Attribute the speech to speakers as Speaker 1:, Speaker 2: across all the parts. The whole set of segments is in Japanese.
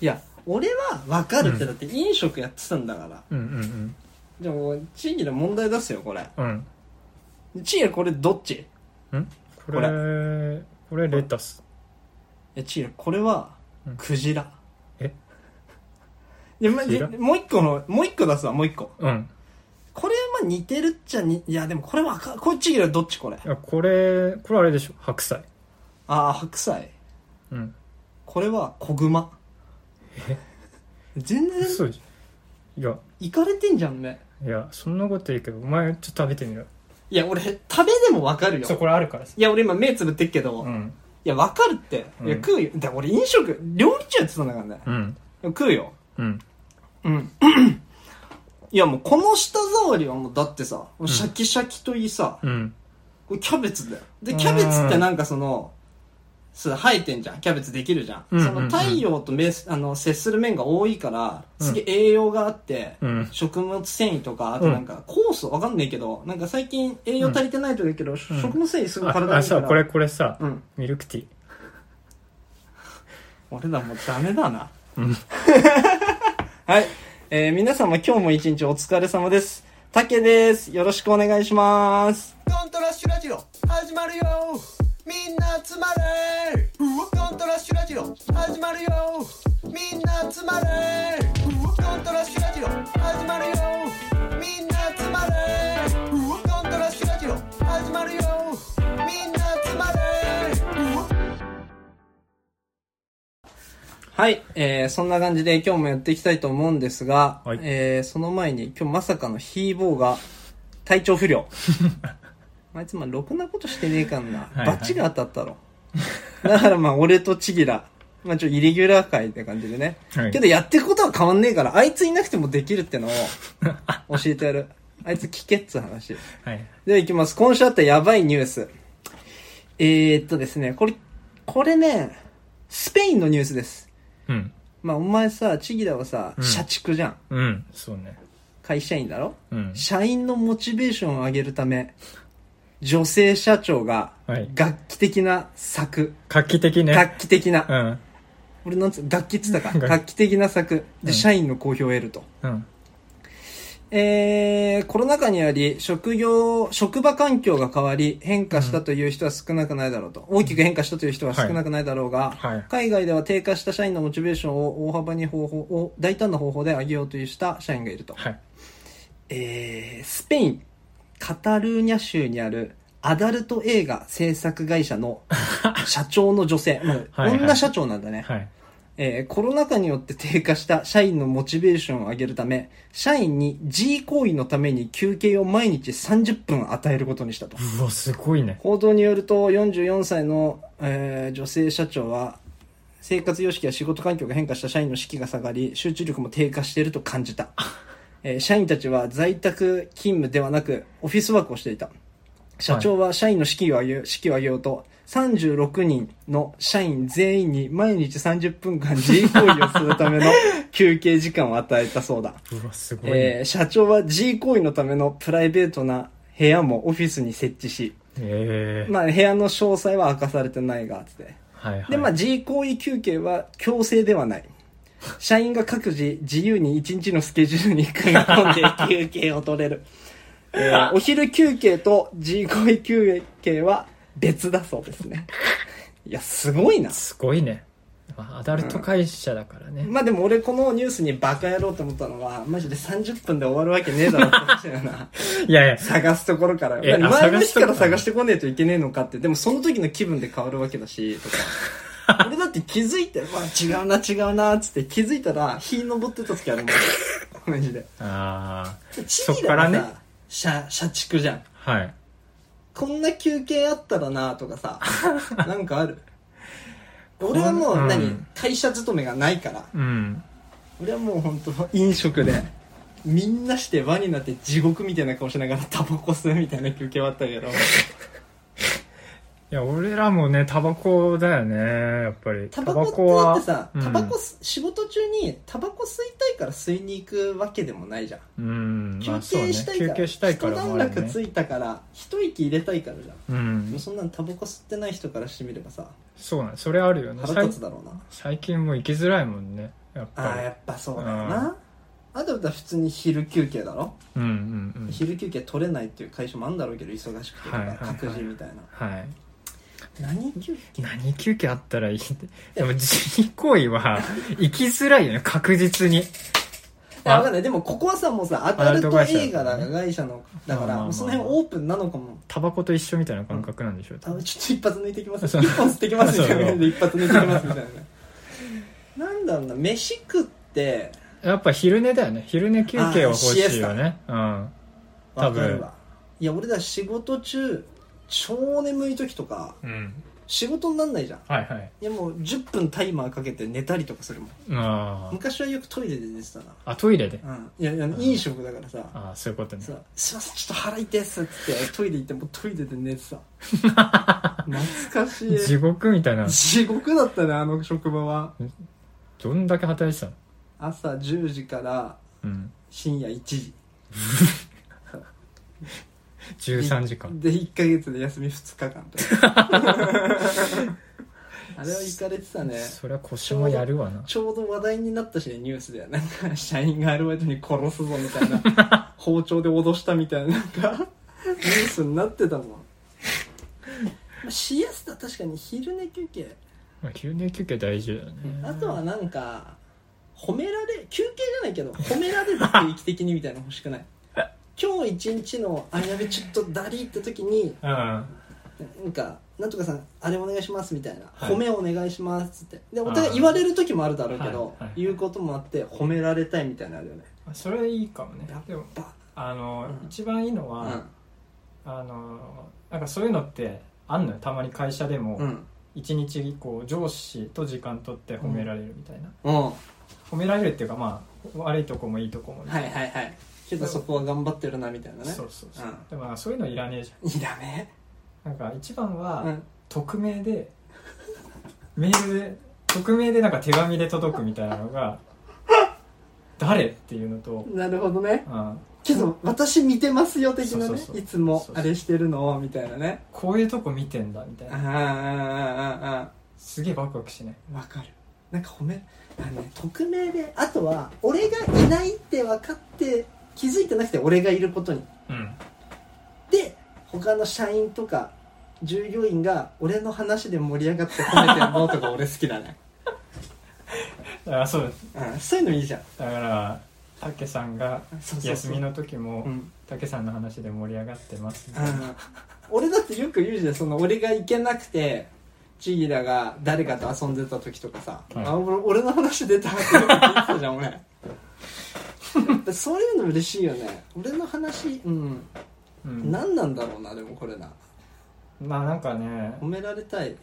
Speaker 1: いや俺は分かるってだって飲食やってたんだから、
Speaker 2: うんうん
Speaker 1: じゃあもうチーニの問題出すよこれ
Speaker 2: うんうん
Speaker 1: チーニこれどっちい
Speaker 2: これこれレタス
Speaker 1: やチーニこれは
Speaker 2: うん
Speaker 1: クジラ、
Speaker 2: え
Speaker 1: いや、ま
Speaker 2: クジラ
Speaker 1: じもう一個のもう一個出すわもう一個
Speaker 2: うん
Speaker 1: これまあ似てるっちゃにいやでもこれわかこれチーニはどっちこれ
Speaker 2: いやこれこれあれでしょ白菜
Speaker 1: ああ白菜
Speaker 2: うん
Speaker 1: これは子熊全然
Speaker 2: 嘘でしょいや
Speaker 1: いかれてんじゃんね
Speaker 2: いやそんなこと言うけどお前ちょっと食べてみろ
Speaker 1: いや俺食べでもわかるよ
Speaker 2: そうこれあるからさ
Speaker 1: いや俺今目つぶってっけど、
Speaker 2: う
Speaker 1: い
Speaker 2: ん
Speaker 1: やわかるって、
Speaker 2: うん
Speaker 1: いや食うよだから俺飲食料理中やってたんだからね
Speaker 2: うん
Speaker 1: でも食うよ
Speaker 2: うん
Speaker 1: うん いやもうこの舌触りはもうだってさもうシャキシャキといいさ、
Speaker 2: うん
Speaker 1: これキャベツだよで
Speaker 2: うん
Speaker 1: キャベツってなんかそのそう生えてんじゃんキャベツできるじゃん,、
Speaker 2: うんうんうん
Speaker 1: その太陽とめあの接する面が多いからすげえ栄養があって、
Speaker 2: うん
Speaker 1: 食物繊維とかあとなんか酵素わかんないけどなんか最近栄養足りてないとだけど、食物繊維すごい体にいいか
Speaker 2: あ
Speaker 1: ら
Speaker 2: あさこれこれさ
Speaker 1: うん
Speaker 2: ミルクティー
Speaker 1: 俺らもうダメだな
Speaker 2: うん。
Speaker 1: はい。えー皆様今日も一日お疲れ様です。竹です。よろしくお願いします。
Speaker 3: コントラッシュラジオ始まるよみんな集まれコントラッシュラジオ始まるよみんな集まれコントラッシュラジオ始まるよみんな集まれコントラッシュラジオ始まるよみんな集まれ
Speaker 1: はい。えーそんな感じで今日もやっていきたいと思うんですが、
Speaker 2: はい
Speaker 1: えーその前に今日まさかのヒーボーが体調 不良。あいつまあろくなことしてねえかんな。
Speaker 2: いはい
Speaker 1: バッチが当たったろ。だからまあ俺とチギラ、まあちょっとイレギュラー界って感じでね。
Speaker 2: はい
Speaker 1: けどやってることは変わんねえから、あいついなくてもできる ってのを教えてやる。あいつ聞けっつう話。
Speaker 2: はい
Speaker 1: では行きます。今週あったやばいニュース。えー、っとですね、これ、これね、スペインのニュースです。
Speaker 2: うん
Speaker 1: まあ、お前さ、チギラはさ、
Speaker 2: うん
Speaker 1: 社畜じゃん。
Speaker 2: うんそうね
Speaker 1: 会社員だろ
Speaker 2: うん
Speaker 1: 社員のモチベーションを上げるため、女性社長が
Speaker 2: はい、
Speaker 1: 楽器的な策、
Speaker 2: 画期的ね
Speaker 1: 楽器的な、
Speaker 2: うん
Speaker 1: 俺なんつう、楽器っつったか、
Speaker 2: 楽器
Speaker 1: 楽器的な策
Speaker 2: う
Speaker 1: で
Speaker 2: ん
Speaker 1: 社員の好評を得ると。
Speaker 2: うん
Speaker 1: えー、コロナ禍にあり、職業、職場環境が変わり、変化したという人は少なくないだろうと。大きく変化したという人は少なくないだろうが、
Speaker 2: はい
Speaker 1: 海外では低下した社員のモチベーションを大幅に方法を、大胆な方法で上げようとした社員がいると。
Speaker 2: はい
Speaker 1: えー、スペイン、カタルーニャ州にあるアダルト映画制作会社 の社長の女性、もう
Speaker 2: はいはい
Speaker 1: 女社長なんだね。
Speaker 2: はい
Speaker 1: えーコロナ禍によって低下した社員のモチベーションを上げるため、社員に G 行為のために休憩を毎日30分与えることにしたと。
Speaker 2: うわすごいね
Speaker 1: 報道によると、44歳の、えー女性社長は、生活様式や仕事環境が変化した社員の士気が下がり、集中力も低下していると感じた。えー社員たちは在宅勤務ではなく、オフィスワークをしていた。社長は社員の士気を上げよう士気を上げようと、36人の社員全員に毎日30分間自由行為をする ための休憩時間を与えたそうだ。
Speaker 2: うわすごい
Speaker 1: え
Speaker 2: ね
Speaker 1: ー社長は G 行為のためのプライベートな部屋もオフィスに設置し、
Speaker 2: ええ
Speaker 1: まあ、部屋の詳細は明かされてないが、つって。
Speaker 2: はいはい
Speaker 1: で、まあ、G 行為休憩は強制ではない。社員が各自自由に1日のスケジュールに組み 込んで休憩を取れる。えーお昼休憩と G 行為休憩は別だそうです ね。いや、すごいな。
Speaker 2: すごいねまあアダルト会社だからね、
Speaker 1: まあでも俺このニュースにバカ野郎と思ったのは、マジで30分で終わるわけねえだろって話だよな。
Speaker 2: いやいや
Speaker 1: 探すところから。
Speaker 2: えあ
Speaker 1: 前の日から
Speaker 2: 探すとこ
Speaker 1: 探してこねえといけねえのかって。でもその時の気分で変わるわけだし、 とか。俺だって気づいて、まあ違うな違うな、つって気づいたら、日登ってた時ある もん。マジで。
Speaker 2: ああ
Speaker 1: チ
Speaker 2: そっ
Speaker 1: ーだ
Speaker 2: か
Speaker 1: から
Speaker 2: ら
Speaker 1: ね
Speaker 2: ね。
Speaker 1: 社、社畜じゃん。
Speaker 2: はい
Speaker 1: こんな休憩あったらな、とか さ。なんかある。俺はもう
Speaker 2: うん
Speaker 1: 何、会社勤めがないから。
Speaker 2: うん
Speaker 1: 俺はもう本当飲食で。みんなして輪になって地獄みたいな顔しながらタバコ吸うみたいな休憩はあったけど。
Speaker 2: いや俺らもねタバコだよねやっぱり
Speaker 1: タバコってだって
Speaker 2: は
Speaker 1: さ、タバコ
Speaker 2: う
Speaker 1: す、仕事中にタバコ吸いたいから吸いに行くわけでもないじゃん、
Speaker 2: ん、うんまあ
Speaker 1: 休
Speaker 2: そう
Speaker 1: 憩
Speaker 2: ね
Speaker 1: したいから
Speaker 2: 休憩したいから
Speaker 1: 一
Speaker 2: も
Speaker 1: 段
Speaker 2: ある
Speaker 1: 落
Speaker 2: ね
Speaker 1: ついたから一息入れたいからじゃん、
Speaker 2: う
Speaker 1: もうんそんなのタバコ吸ってない人からしてみればさ
Speaker 2: そうなんそれあるよね
Speaker 1: 腹
Speaker 2: 最
Speaker 1: 立つだろうな
Speaker 2: 最近もう行きづらいもんねやっ
Speaker 1: ああやっぱ
Speaker 2: ぱ
Speaker 1: そうだよな、あとは普通に昼休憩だろ、
Speaker 2: りうんうんうん
Speaker 1: 昼休憩取れないっていう会社もあるんだろうけど忙しくてと
Speaker 2: はいはい
Speaker 1: か
Speaker 2: はい
Speaker 1: 各自みたいな、
Speaker 2: はい
Speaker 1: 何休憩
Speaker 2: 何休憩あったらいいってでも自慰行 為は生きづらいよね確実に
Speaker 1: あわかんないでもここはさもうさアダルト
Speaker 2: アダルト会社だ
Speaker 1: 映画だから会社のだか
Speaker 2: まあまあ
Speaker 1: ら
Speaker 2: まあ
Speaker 1: その辺オープンなのかも
Speaker 2: タバコと一緒みたいな感覚なんでしょう、
Speaker 1: あちょっと一発抜いてきます
Speaker 2: そう
Speaker 1: 一本吸ってきますみたいな
Speaker 2: そう
Speaker 1: で一発抜いてきますみたいななんだろうな飯食って
Speaker 2: やっぱ昼寝だよね昼寝休憩は欲しいよねうん
Speaker 1: わ
Speaker 2: 多
Speaker 1: か
Speaker 2: 分
Speaker 1: るわいや俺だ仕事中超眠い時とか
Speaker 2: うん
Speaker 1: 仕事になんないじゃん
Speaker 2: はいはい
Speaker 1: いやもう10分タイマーかけて寝たりとかするもん
Speaker 2: あー
Speaker 1: 昔はよくトイレで寝てたな
Speaker 2: あトイレで
Speaker 1: うんいやいや飲食だからさ
Speaker 2: ああそういうことね
Speaker 1: そうすいませんちょっと腹痛いっす」っつってトイレ行ってもうトイレで寝てた 懐かし
Speaker 2: 地
Speaker 1: い
Speaker 2: 獄みたいな
Speaker 1: 地獄だったねあの職場は
Speaker 2: どんだけ働いてたの
Speaker 1: 朝10時から
Speaker 2: うん
Speaker 1: 深夜1時
Speaker 2: 13時間
Speaker 1: で1ヶ月で休み2日間とか あれは行かれてたね
Speaker 2: そりゃ腰もやるわな
Speaker 1: ちょうど話題になったしねニュースでなんか社員がアルバイトに殺すぞみたい な包丁で脅したみたいななんかニュースになってたもんまあシエスタ確かに昼寝休憩
Speaker 2: まあ昼寝休憩大事だよね
Speaker 1: あとはなんか褒められ休憩じゃないけど褒められる定期的にみたいなの欲しく ない今日一日のあやべちょっとダリって時に
Speaker 2: うん
Speaker 1: なんか「なんとかさんあれお願いします」みたいな「
Speaker 2: はい
Speaker 1: 褒めお願いします」っつってでお互い言われる時もあるだろうけど
Speaker 2: はいはい
Speaker 1: 言うこともあって褒められたいみたいなのあるよね
Speaker 2: それいいかもね
Speaker 1: やっ
Speaker 2: でも
Speaker 1: ぱ
Speaker 2: あの、
Speaker 1: うん
Speaker 2: 一番いいの
Speaker 1: う
Speaker 2: は、
Speaker 1: ん
Speaker 2: あのなんかそういうのってあんのよたまに会社で
Speaker 1: う
Speaker 2: も
Speaker 1: ん
Speaker 2: 一日こう上司と時間取って褒められるみたいな、
Speaker 1: うんは
Speaker 2: 褒められるっていうかまあ悪いとこもいいとこも
Speaker 1: い
Speaker 2: みた
Speaker 1: はいいはいけどそこは頑張ってるなみたいな
Speaker 2: な、
Speaker 1: ね
Speaker 2: そうそうそう、
Speaker 1: うん
Speaker 2: でもまあそういうのいらねえじ
Speaker 1: いらね
Speaker 2: ゃんなんか一番は、
Speaker 1: うん
Speaker 2: 匿名でメールで匿名でなんか手紙で届くみたいなのが誰っていうのと、
Speaker 1: なるほどね
Speaker 2: うん、
Speaker 1: けど私見てますよ的な
Speaker 2: そう
Speaker 1: ね
Speaker 2: そうそう
Speaker 1: いつも
Speaker 2: そうそう
Speaker 1: あれしてるのをみたいなね
Speaker 2: こういうとこ見てんだみたい
Speaker 1: ああ
Speaker 2: な
Speaker 1: あああ
Speaker 2: すげえワクワクしない
Speaker 1: あわかるなんか褒めあのね匿名であとは俺がいないって分かって気づいてなくて俺がいることに
Speaker 2: うん
Speaker 1: で他の社員とか従業員が俺の話で盛り上がって褒めてるの とか俺好きだね、
Speaker 2: だからそう
Speaker 1: うん、そういうのいいじゃん
Speaker 2: だからたけさんが
Speaker 1: そうそうそう
Speaker 2: 休みの時も
Speaker 1: うん、
Speaker 2: たけさんの話で盛り上がってます
Speaker 1: あの俺だってよく言うじゃんその俺が行けなくてちぎらが誰かと遊んでた時とかさ、
Speaker 2: はい
Speaker 1: あ俺俺の話出たって言ってたじゃん俺 やっぱそういうの嬉しいよね俺の話うん、
Speaker 2: うん
Speaker 1: 何なんだろうなでもこれな
Speaker 2: まあなんかね
Speaker 1: 褒められたい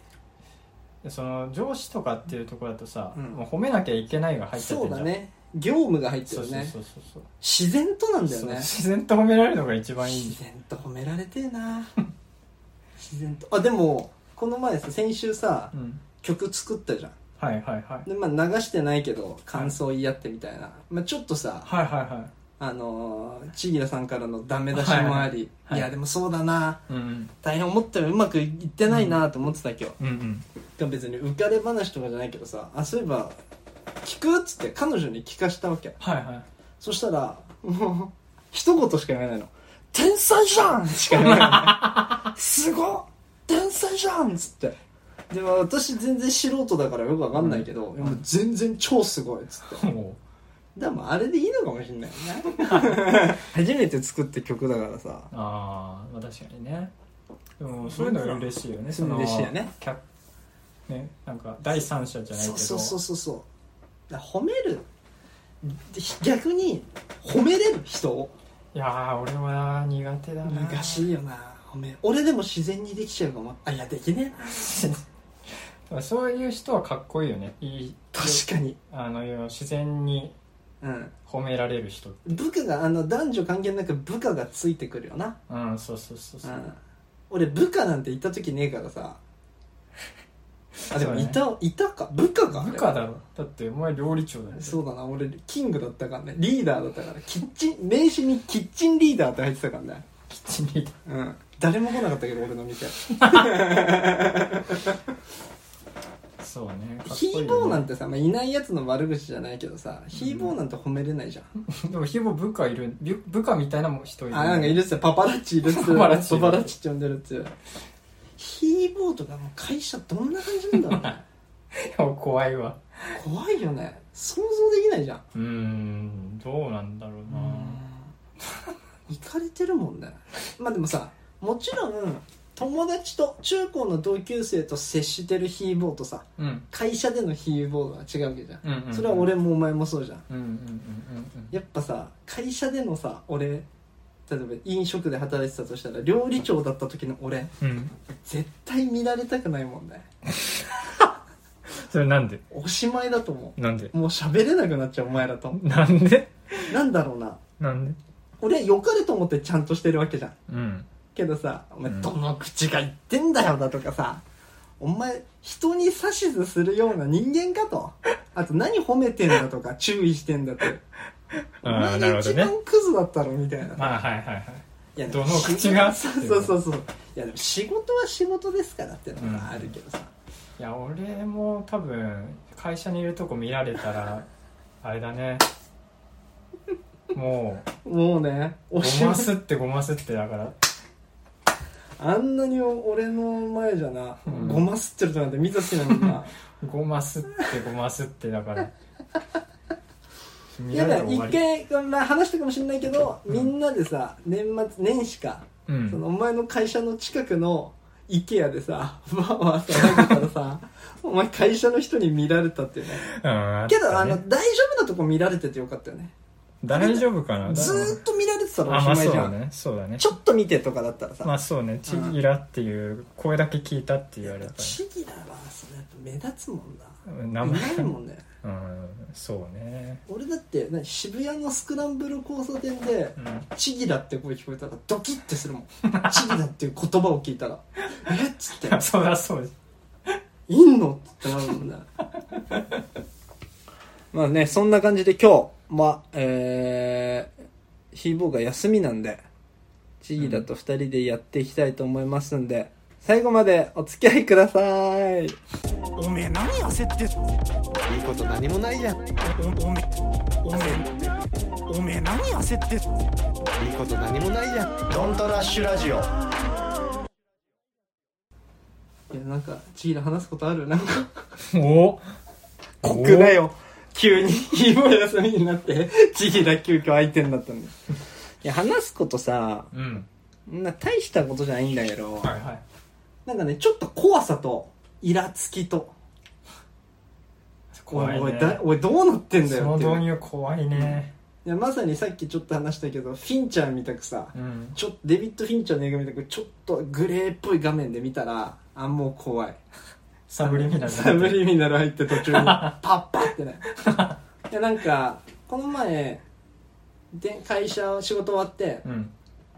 Speaker 2: その上司とかっていうところだとさ、
Speaker 1: うん
Speaker 2: もう褒めなきゃいけないが入っちゃっ
Speaker 1: そう
Speaker 2: て
Speaker 1: ん
Speaker 2: じゃ
Speaker 1: だ
Speaker 2: ん
Speaker 1: ね業務が入って
Speaker 2: そ
Speaker 1: る
Speaker 2: う
Speaker 1: ね
Speaker 2: そうそうそうそう
Speaker 1: 自然となんだよ
Speaker 2: そう
Speaker 1: ね
Speaker 2: 自然と褒められるのが一番いい
Speaker 1: 自然と褒められてえな 自然とあでもこの前さ先週さ
Speaker 2: うん
Speaker 1: 曲作ったじゃん
Speaker 2: はいはいはい
Speaker 1: で、まあ、流してないけど感想言い合ってみたいな、まあ、ちょっとさ
Speaker 2: はいはいは
Speaker 1: あのーちぎらさんからのダメ出しもあり、
Speaker 2: はいはいはい
Speaker 1: いやでもそうだない
Speaker 2: うん
Speaker 1: 大変思ったよりうまくいってないなと思ってた今日、
Speaker 2: うんうん
Speaker 1: が別に浮かれ話とかじゃないけどさあそういえば聞くっつって彼女に聞かしたわけ
Speaker 2: はいはい
Speaker 1: そしたら、 もう、一言しか言わないの。天才じゃんしか言わないのね。すごっ天才じゃんっつって。でも私全然素人だからよくわかんないけど、いやもう全然超すごいっつって。
Speaker 2: も
Speaker 1: でもうあれでいいのかもしんないよね。 初めて作った曲だからさ。
Speaker 2: うああまあ確かにねでもそういうのが嬉しいよねその
Speaker 1: 嬉しいよね
Speaker 2: 客ねなんか第三者じゃないけ
Speaker 1: そ
Speaker 2: ど
Speaker 1: うそうそうそうそう。だから褒める。逆に褒めれる人を。
Speaker 2: いやー俺は苦手だな
Speaker 1: 難しいよな。褒め。俺でも自然にできちゃうかも。あ、いや、できねえな。
Speaker 2: そういう人はかっこいいよねいい
Speaker 1: 確かに。
Speaker 2: あの自然に
Speaker 1: うん。
Speaker 2: 褒められる人
Speaker 1: 部下があの男女関係なく部下がついてくるよな、
Speaker 2: うんそうそうそうそうう、
Speaker 1: ん、俺部下なんていた時ねえからさあでも
Speaker 2: そうね
Speaker 1: いた、いたか部下か
Speaker 2: 部下だろだってお前料理長だよ
Speaker 1: そうだな俺キングだったからねリーダーだったからキッチン名刺にキッチンリーダーって入ってたからね
Speaker 2: キッチンリーダー
Speaker 1: うん誰も来なかったけど俺の店
Speaker 2: そうねかっ
Speaker 1: ヒ
Speaker 2: こい
Speaker 1: ー
Speaker 2: いよね
Speaker 1: ボーなんてさ、まあ、いないやつの悪口じゃないけどさ、ヒーボーなんて褒めれないじゃん
Speaker 2: でもヒーボー部下いる部部下みたいなもん人いる
Speaker 1: あなん かいるっすよパパラッチいるっすよ
Speaker 2: パパラッチ
Speaker 1: パパラッチって呼んでるっすよヒーボーとかもう会社どんな感じなんだろうね
Speaker 2: 怖いわ
Speaker 1: 怖いよね想像できないじゃん
Speaker 2: うーんどうなんだろうな
Speaker 1: 行かれてるもんねまあでもさもちろん友達と中高の同級生と接してるヒーボーとさ
Speaker 2: うん、
Speaker 1: 会社でのヒーボーは違うわけじゃん、
Speaker 2: うんうんうん
Speaker 1: それは俺もお前もそうじゃん
Speaker 2: うんうんうん
Speaker 1: やっぱさ会社でのさ俺例えば飲食で働いてたとしたら料理長だった時の俺
Speaker 2: うんうん
Speaker 1: 絶対見られたくないもんね
Speaker 2: それなんで
Speaker 1: おしまいだと思
Speaker 2: なんで
Speaker 1: うもう喋れなくなっちゃうお前らと
Speaker 2: なんで
Speaker 1: なんだろうな
Speaker 2: なんで
Speaker 1: 俺は良かれと思ってちゃんとしてるわけじゃん
Speaker 2: うん
Speaker 1: けどさお前
Speaker 2: うん
Speaker 1: どの口が言ってんだよだとかさお前人に指図するような人間かとあと何褒めてんだと か注意してんだってお
Speaker 2: あー
Speaker 1: 前
Speaker 2: なる
Speaker 1: が
Speaker 2: ほど
Speaker 1: 一
Speaker 2: ね
Speaker 1: 番クズだったろみたいな
Speaker 2: まあはいはいはい
Speaker 1: いや
Speaker 2: どの口が
Speaker 1: 仕事そうそうそうそういやでも仕事は仕事ですからってのがあるけどさ、
Speaker 2: いや俺も多分会社にいるとこ見られ たらあれだねもう
Speaker 1: もうね
Speaker 2: ご
Speaker 1: おしま
Speaker 2: ま
Speaker 1: い
Speaker 2: すってごますってだから
Speaker 1: あんなに俺の前じゃな、
Speaker 2: うん
Speaker 1: ごますってるとなんて見たしなもんな
Speaker 2: ごますってごますってだから
Speaker 1: い
Speaker 2: 見
Speaker 1: や
Speaker 2: られ
Speaker 1: だか
Speaker 2: た
Speaker 1: ら
Speaker 2: ら終わ
Speaker 1: 一
Speaker 2: り
Speaker 1: 回、まあ、話したかもしれないけど、
Speaker 2: うん
Speaker 1: みんなでさ年末年始か、
Speaker 2: う
Speaker 1: その
Speaker 2: ん
Speaker 1: お前の会社の近くの IKEA でさわーわー騒いでたら さお前会社の人に見られたっていうね
Speaker 2: うん
Speaker 1: けどあ
Speaker 2: った
Speaker 1: の
Speaker 2: ね
Speaker 1: 大丈夫なとこ見られててよかったよね
Speaker 2: 大丈夫かな
Speaker 1: ずーっと見られてたらお
Speaker 2: あまあ
Speaker 1: しまい
Speaker 2: そう
Speaker 1: じゃ
Speaker 2: だ
Speaker 1: ん、
Speaker 2: ねそうだね
Speaker 1: ちょっと見てとかだったらさ、
Speaker 2: まあそうねちぎらっていう声だけ聞いたって言われた
Speaker 1: チギだわそれやっぱ目立つもんな
Speaker 2: 名
Speaker 1: う
Speaker 2: 前
Speaker 1: まいもんね
Speaker 2: うんそうね
Speaker 1: 俺だって何渋谷のスクランブル交差点で
Speaker 2: うん
Speaker 1: チギラって声聞こえたらドキッてするもんチギラっていう言葉を聞いたらえっつって
Speaker 2: そうだそうです
Speaker 1: いんのってなるもんね まあねそんな感じで今日まあえー、ヒーボーが休みなんでチギラと2人でやっていきたいと思いますんで、最後までお付き合いください
Speaker 4: おめえ何焦ってんの
Speaker 3: いいこと何もないじゃんいい
Speaker 4: おおめえおめえおめえ何焦ってんの
Speaker 3: こと何もないじゃんドントラッシュラジオ
Speaker 1: いやなんかチギラ話すことあるなんか
Speaker 2: お
Speaker 1: 濃くなよ急に今休みになって チギラ急遽空いてんだったんでいや話すことさ
Speaker 2: うん
Speaker 1: そんな大したことじゃないんだけど、
Speaker 2: はいはい
Speaker 1: なんかねちょっと怖さとイラつきと
Speaker 2: 怖い
Speaker 1: おい
Speaker 2: ね
Speaker 1: だおいどうなってんだ
Speaker 2: そ
Speaker 1: よ
Speaker 2: の
Speaker 1: っていう
Speaker 2: 導入怖いね
Speaker 1: いやまさにさっきちょっと話したけどフィンチャーみたくさ、
Speaker 2: うん
Speaker 1: ちょっとデビッド・フィンチャーの映画みたくちょっとグレーっぽい画面で見たらあもう怖い
Speaker 2: サブリミナル
Speaker 1: サブリミナル入って 途中にパッパってねいやなんかこの前で会社仕事終わって
Speaker 2: うん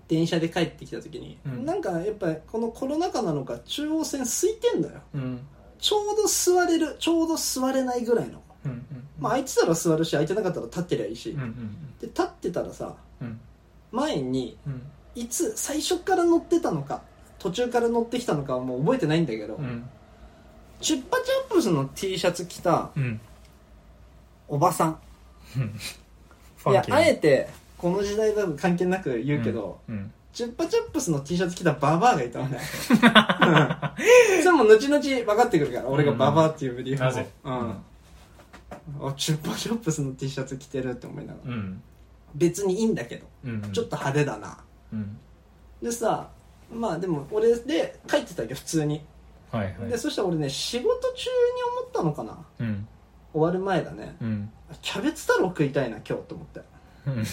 Speaker 1: 電車で帰ってきた時に、
Speaker 2: うん
Speaker 1: なんかやっぱこのコロナ禍なのか中央線空いてんだよ
Speaker 2: うん
Speaker 1: ちょうど座れるちょうど座れないぐらいの
Speaker 2: うんうん
Speaker 1: まあ空いてたら座るし空いてなかったら立ってりゃいいし、
Speaker 2: うんう
Speaker 1: で
Speaker 2: ん
Speaker 1: 立ってたらさ
Speaker 2: うん
Speaker 1: 前に
Speaker 2: うん
Speaker 1: いつ最初から乗ってたのか途中から乗ってきたのかはもう覚えてないんだけど、
Speaker 2: うん
Speaker 1: チュッパチャップスの T シャツ着た
Speaker 2: うん
Speaker 1: おばさん
Speaker 2: フ
Speaker 1: い
Speaker 2: ァン
Speaker 1: や
Speaker 2: キー
Speaker 1: あえてこの時代多分関係なく言うけど、
Speaker 2: うんうん
Speaker 1: チュッパチャップスの T シャツ着たババアがいた のねうんそれも後々分かってくるから俺がババアっていう理由も
Speaker 2: なぜ
Speaker 1: うんあチュッパチャップスの T シャツ着てるって思いながら、
Speaker 2: うん
Speaker 1: 別にいいんだけど
Speaker 2: うん
Speaker 1: ちょっと派手だな、
Speaker 2: うん
Speaker 1: でさまあでも俺で帰ってたわけ普通に
Speaker 2: はいはい
Speaker 1: でそしたら俺ね仕事中に思ったのかな
Speaker 2: うん
Speaker 1: 終わる前だね
Speaker 2: うん
Speaker 1: キャベツ太郎食いたいな今日と思って、
Speaker 2: うん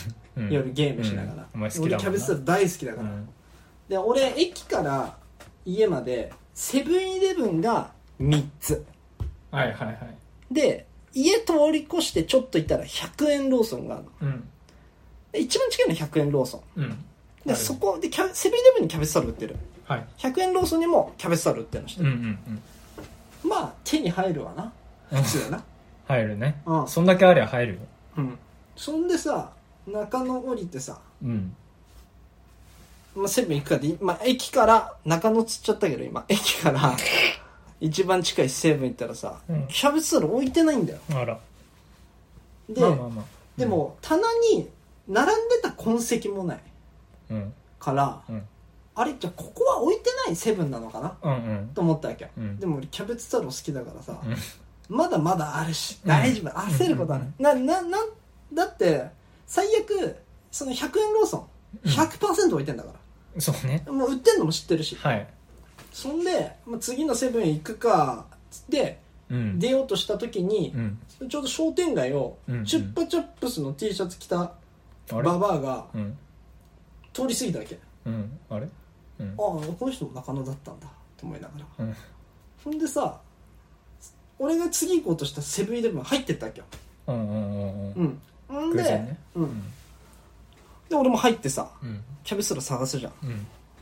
Speaker 1: 夜ゲームしながら、
Speaker 2: うんお前好き
Speaker 1: 俺
Speaker 2: だもんな
Speaker 1: キャベツ太郎大好きだか
Speaker 2: う
Speaker 1: ら、
Speaker 2: ん
Speaker 1: で俺駅から家までセブンイレブンが3つ
Speaker 2: はいはいはい
Speaker 1: で家通り越してちょっと行ったら100円ローソンがあるの
Speaker 2: うん
Speaker 1: で一番近いのは100円ローソン
Speaker 2: うん
Speaker 1: で、
Speaker 2: はい
Speaker 1: そこでキャセブンイレブンにキャベツ太郎売ってる
Speaker 2: はい
Speaker 1: 100円ローソンにもキャベツ太郎売ってるのして
Speaker 2: うんうんうん
Speaker 1: まあ手に入るわな
Speaker 2: うん
Speaker 1: 普通だな
Speaker 2: 入るね
Speaker 1: うん
Speaker 2: そんだけありゃ入るよ
Speaker 1: うんそんでさ中野降りてさ、
Speaker 2: うん
Speaker 1: まあ、セブン行くかで、まあ、駅から中野つっちゃったけど今駅からい一番近いセブン行ったらさ、
Speaker 2: うん
Speaker 1: キャベツ太郎置いてないんだよ
Speaker 2: あら
Speaker 1: で、
Speaker 2: まあまあまあ
Speaker 1: でも棚に並んでた痕跡もない
Speaker 2: うん
Speaker 1: から、
Speaker 2: うん
Speaker 1: あれじゃあここは置いてないセブンなのかな
Speaker 2: うんうん
Speaker 1: と思ったわけよ、
Speaker 2: うん
Speaker 1: でも俺キャベツ太郎好きだからさ、
Speaker 2: うん
Speaker 1: まだまだあるし大丈夫、焦ることはない、なななんだって最悪その100円ローソン100%置いてんだから、
Speaker 2: そうね
Speaker 1: もう売ってんのも知ってるし
Speaker 2: はい
Speaker 1: そんで、まあ、次のセブン行くかつって
Speaker 2: うん
Speaker 1: 出ようとした時に
Speaker 2: う、ん
Speaker 1: ちょうど商店街を
Speaker 2: うんうん
Speaker 1: チュッパチャップスの T シャツ着た
Speaker 2: あ
Speaker 1: バ
Speaker 2: れ
Speaker 1: バアが
Speaker 2: うん
Speaker 1: 通り過ぎたわけ、
Speaker 2: うんあれうん
Speaker 1: ああこの人も中野だったんだと思いながら
Speaker 2: うん
Speaker 1: ほんでさ俺が次行こうとしたセブンイレブン入ってったわけよ
Speaker 2: うんうんうんうん
Speaker 1: うんほん
Speaker 2: 偶
Speaker 1: で、
Speaker 2: 然ね
Speaker 1: うんで俺も入ってさ
Speaker 2: うん
Speaker 1: キャベツ太郎探すじゃ
Speaker 2: う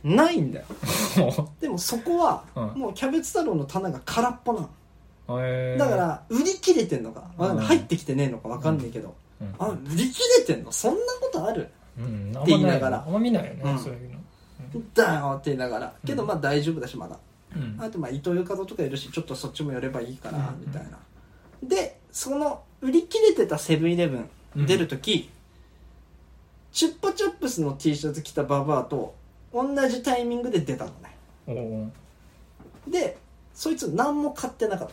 Speaker 2: ん
Speaker 1: んないんだよ
Speaker 2: も
Speaker 1: でもそこは
Speaker 2: うん
Speaker 1: もうキャベツ太郎の棚が空っぽなの
Speaker 2: うへー
Speaker 1: だから売り切れてんのかわかんない
Speaker 2: うん
Speaker 1: 入ってきてねえのかわかんないけど、
Speaker 2: うん
Speaker 1: あ売り切れてんのそんなことある
Speaker 2: うんあんま
Speaker 1: って言い
Speaker 2: な
Speaker 1: ないがら
Speaker 2: あんま見ないよ
Speaker 1: う
Speaker 2: ね
Speaker 1: ん
Speaker 2: そういうの
Speaker 1: だよって言いながらけど
Speaker 2: うん
Speaker 1: まあ大丈夫だしまだ、
Speaker 2: うん
Speaker 1: あとまあ伊藤ゆかぞとかいるしちょっとそっちも寄ればいいかな
Speaker 2: うん
Speaker 1: みたいな、でその売り切れてたセブンイレブ
Speaker 2: うん
Speaker 1: ン出るとき、チュッパチャップスの T シャツ着たババアと同じタイミングで出たのね
Speaker 2: おお
Speaker 1: でそいつ何も買ってなかっ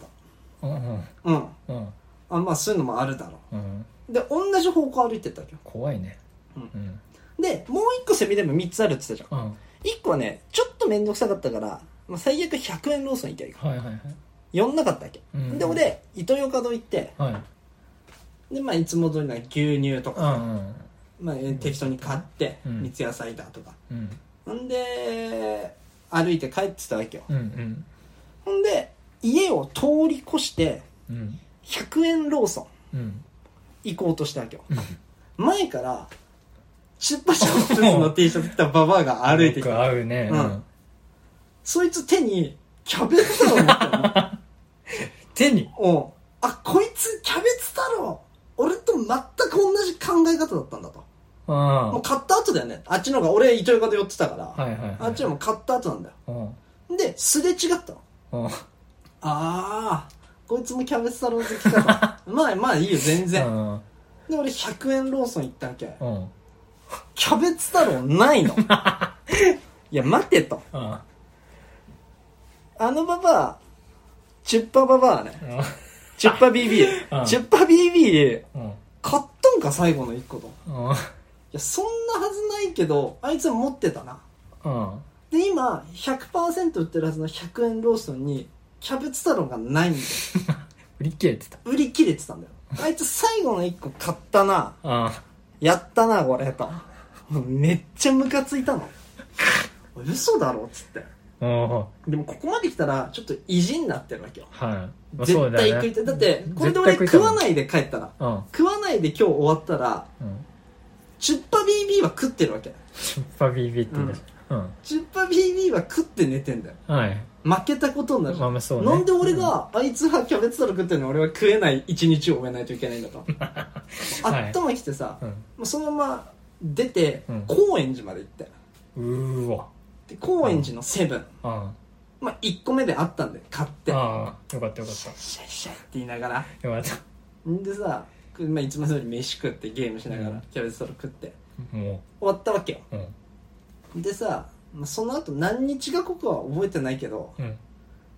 Speaker 2: うんうん
Speaker 1: たうん
Speaker 2: うん
Speaker 1: あまあそういうのもあるだろ
Speaker 2: うん
Speaker 1: うで同じ方向歩いてったわけよ
Speaker 2: 怖いね
Speaker 1: うん
Speaker 2: うん
Speaker 1: でもう一個セブンイレブン3つあるって言ったじゃん
Speaker 2: うん
Speaker 1: 1個はねちょっと面倒くさかったから、まあ、最悪100円ローソン行きゃいいか
Speaker 2: はいはいはい
Speaker 1: 寄んなかったわけ、
Speaker 2: うん
Speaker 1: で俺イトーヨーカドー行って
Speaker 2: はい
Speaker 1: で、まあ、いつも通りな牛乳と
Speaker 2: う
Speaker 1: か、
Speaker 2: んうん
Speaker 1: まあ、えー適当に買って、
Speaker 2: うん
Speaker 1: 三ツ矢サイダーとか
Speaker 2: うん
Speaker 1: ほんで歩いて帰ってたわけよ
Speaker 2: うんうん
Speaker 1: ほんで家を通り越して
Speaker 2: うん
Speaker 1: 100円ローソン
Speaker 2: うん
Speaker 1: 行こうとしたわけよ
Speaker 2: うん
Speaker 1: 前からチュッパチャップス の T シャツ着たババアが歩いてき
Speaker 2: よ
Speaker 1: た
Speaker 2: く合うね
Speaker 1: うん
Speaker 2: うん
Speaker 1: そいつ手にキャベツ太郎持ってる の
Speaker 2: 手に
Speaker 1: うん。あ、こいつ、キャベツ太郎俺と全く同じ考え方だったんだと。
Speaker 2: うん
Speaker 1: もう
Speaker 2: は
Speaker 1: 買った後だよね。あっちの方が、俺、糸魚川で寄ってたから、
Speaker 2: いはいはい
Speaker 1: あっちはもう買った後なんだよ。
Speaker 2: うん
Speaker 1: で、すれ違ったの。
Speaker 2: うん
Speaker 1: あー、こいつもキャベツ太郎好きか と。まあまあいいよ、全然。
Speaker 2: うん
Speaker 1: で、俺100円ローソン行ったわけ。
Speaker 2: うん
Speaker 1: キャベツ太郎ないの。 いや、待てと。
Speaker 2: うん
Speaker 1: あのババア、チュッパババアね。
Speaker 2: うん
Speaker 1: チュッパ BB。
Speaker 2: うん
Speaker 1: チュッパ BB、
Speaker 2: うん
Speaker 1: 買ったんか、最後の1個と。
Speaker 2: うん
Speaker 1: いや、そんなはずないけど、あいつは持ってたな。
Speaker 2: うん
Speaker 1: で、今、100%売ってるはずの100円ローソンに、キャベツ太郎がないんだよ。
Speaker 2: 売り切れてた
Speaker 1: 売り切れてたんだよ。あいつ最後の1個買ったな。
Speaker 2: うん
Speaker 1: やったな、これ、と。もうめっちゃムカついたの。嘘だろ、つって。
Speaker 2: うんはい
Speaker 1: でも、ここまで来たら、ちょっと意地になってるわけよ。
Speaker 2: まあ
Speaker 1: 絶
Speaker 2: そうだ
Speaker 1: 対
Speaker 2: よ
Speaker 1: 食い
Speaker 2: ね
Speaker 1: たい。だって、これで俺
Speaker 2: 絶対食
Speaker 1: 食
Speaker 2: いたいも
Speaker 1: わ
Speaker 2: ん
Speaker 1: ないで帰ったら、
Speaker 2: うん
Speaker 1: 食わないで今日終わったら、
Speaker 2: うん
Speaker 1: チュッパ BB は食ってるわけ。
Speaker 2: チュッパビービーって言うんだしうん
Speaker 1: チュッパ BB は食って寝てんだよ。
Speaker 2: はい
Speaker 1: 負けたことになるじゃん
Speaker 2: まあまあそうね
Speaker 1: なんで俺が、あいつはキャベツ太郎食ってるのに俺は食えない一日を終えないといけないんだと
Speaker 2: はい
Speaker 1: 頭きてさ、
Speaker 2: う
Speaker 1: も
Speaker 2: ん
Speaker 1: うそのまま出て、
Speaker 2: うん
Speaker 1: 高円寺まで行って
Speaker 2: うーわ
Speaker 1: で高円寺のセブン、
Speaker 2: うんうん
Speaker 1: まあ、1個目であったんで買って
Speaker 2: よかったよかっ
Speaker 1: シャッシャッシャッって言いながら
Speaker 2: たよかっ
Speaker 1: んでさ、まあ、いつも通り飯食ってゲームしなが
Speaker 2: う
Speaker 1: ら
Speaker 2: ん
Speaker 1: キャベツ太郎食って
Speaker 2: たも
Speaker 1: 終わったわけよ
Speaker 2: ううん
Speaker 1: でさまあその後何日がここは覚えてないけど
Speaker 2: うん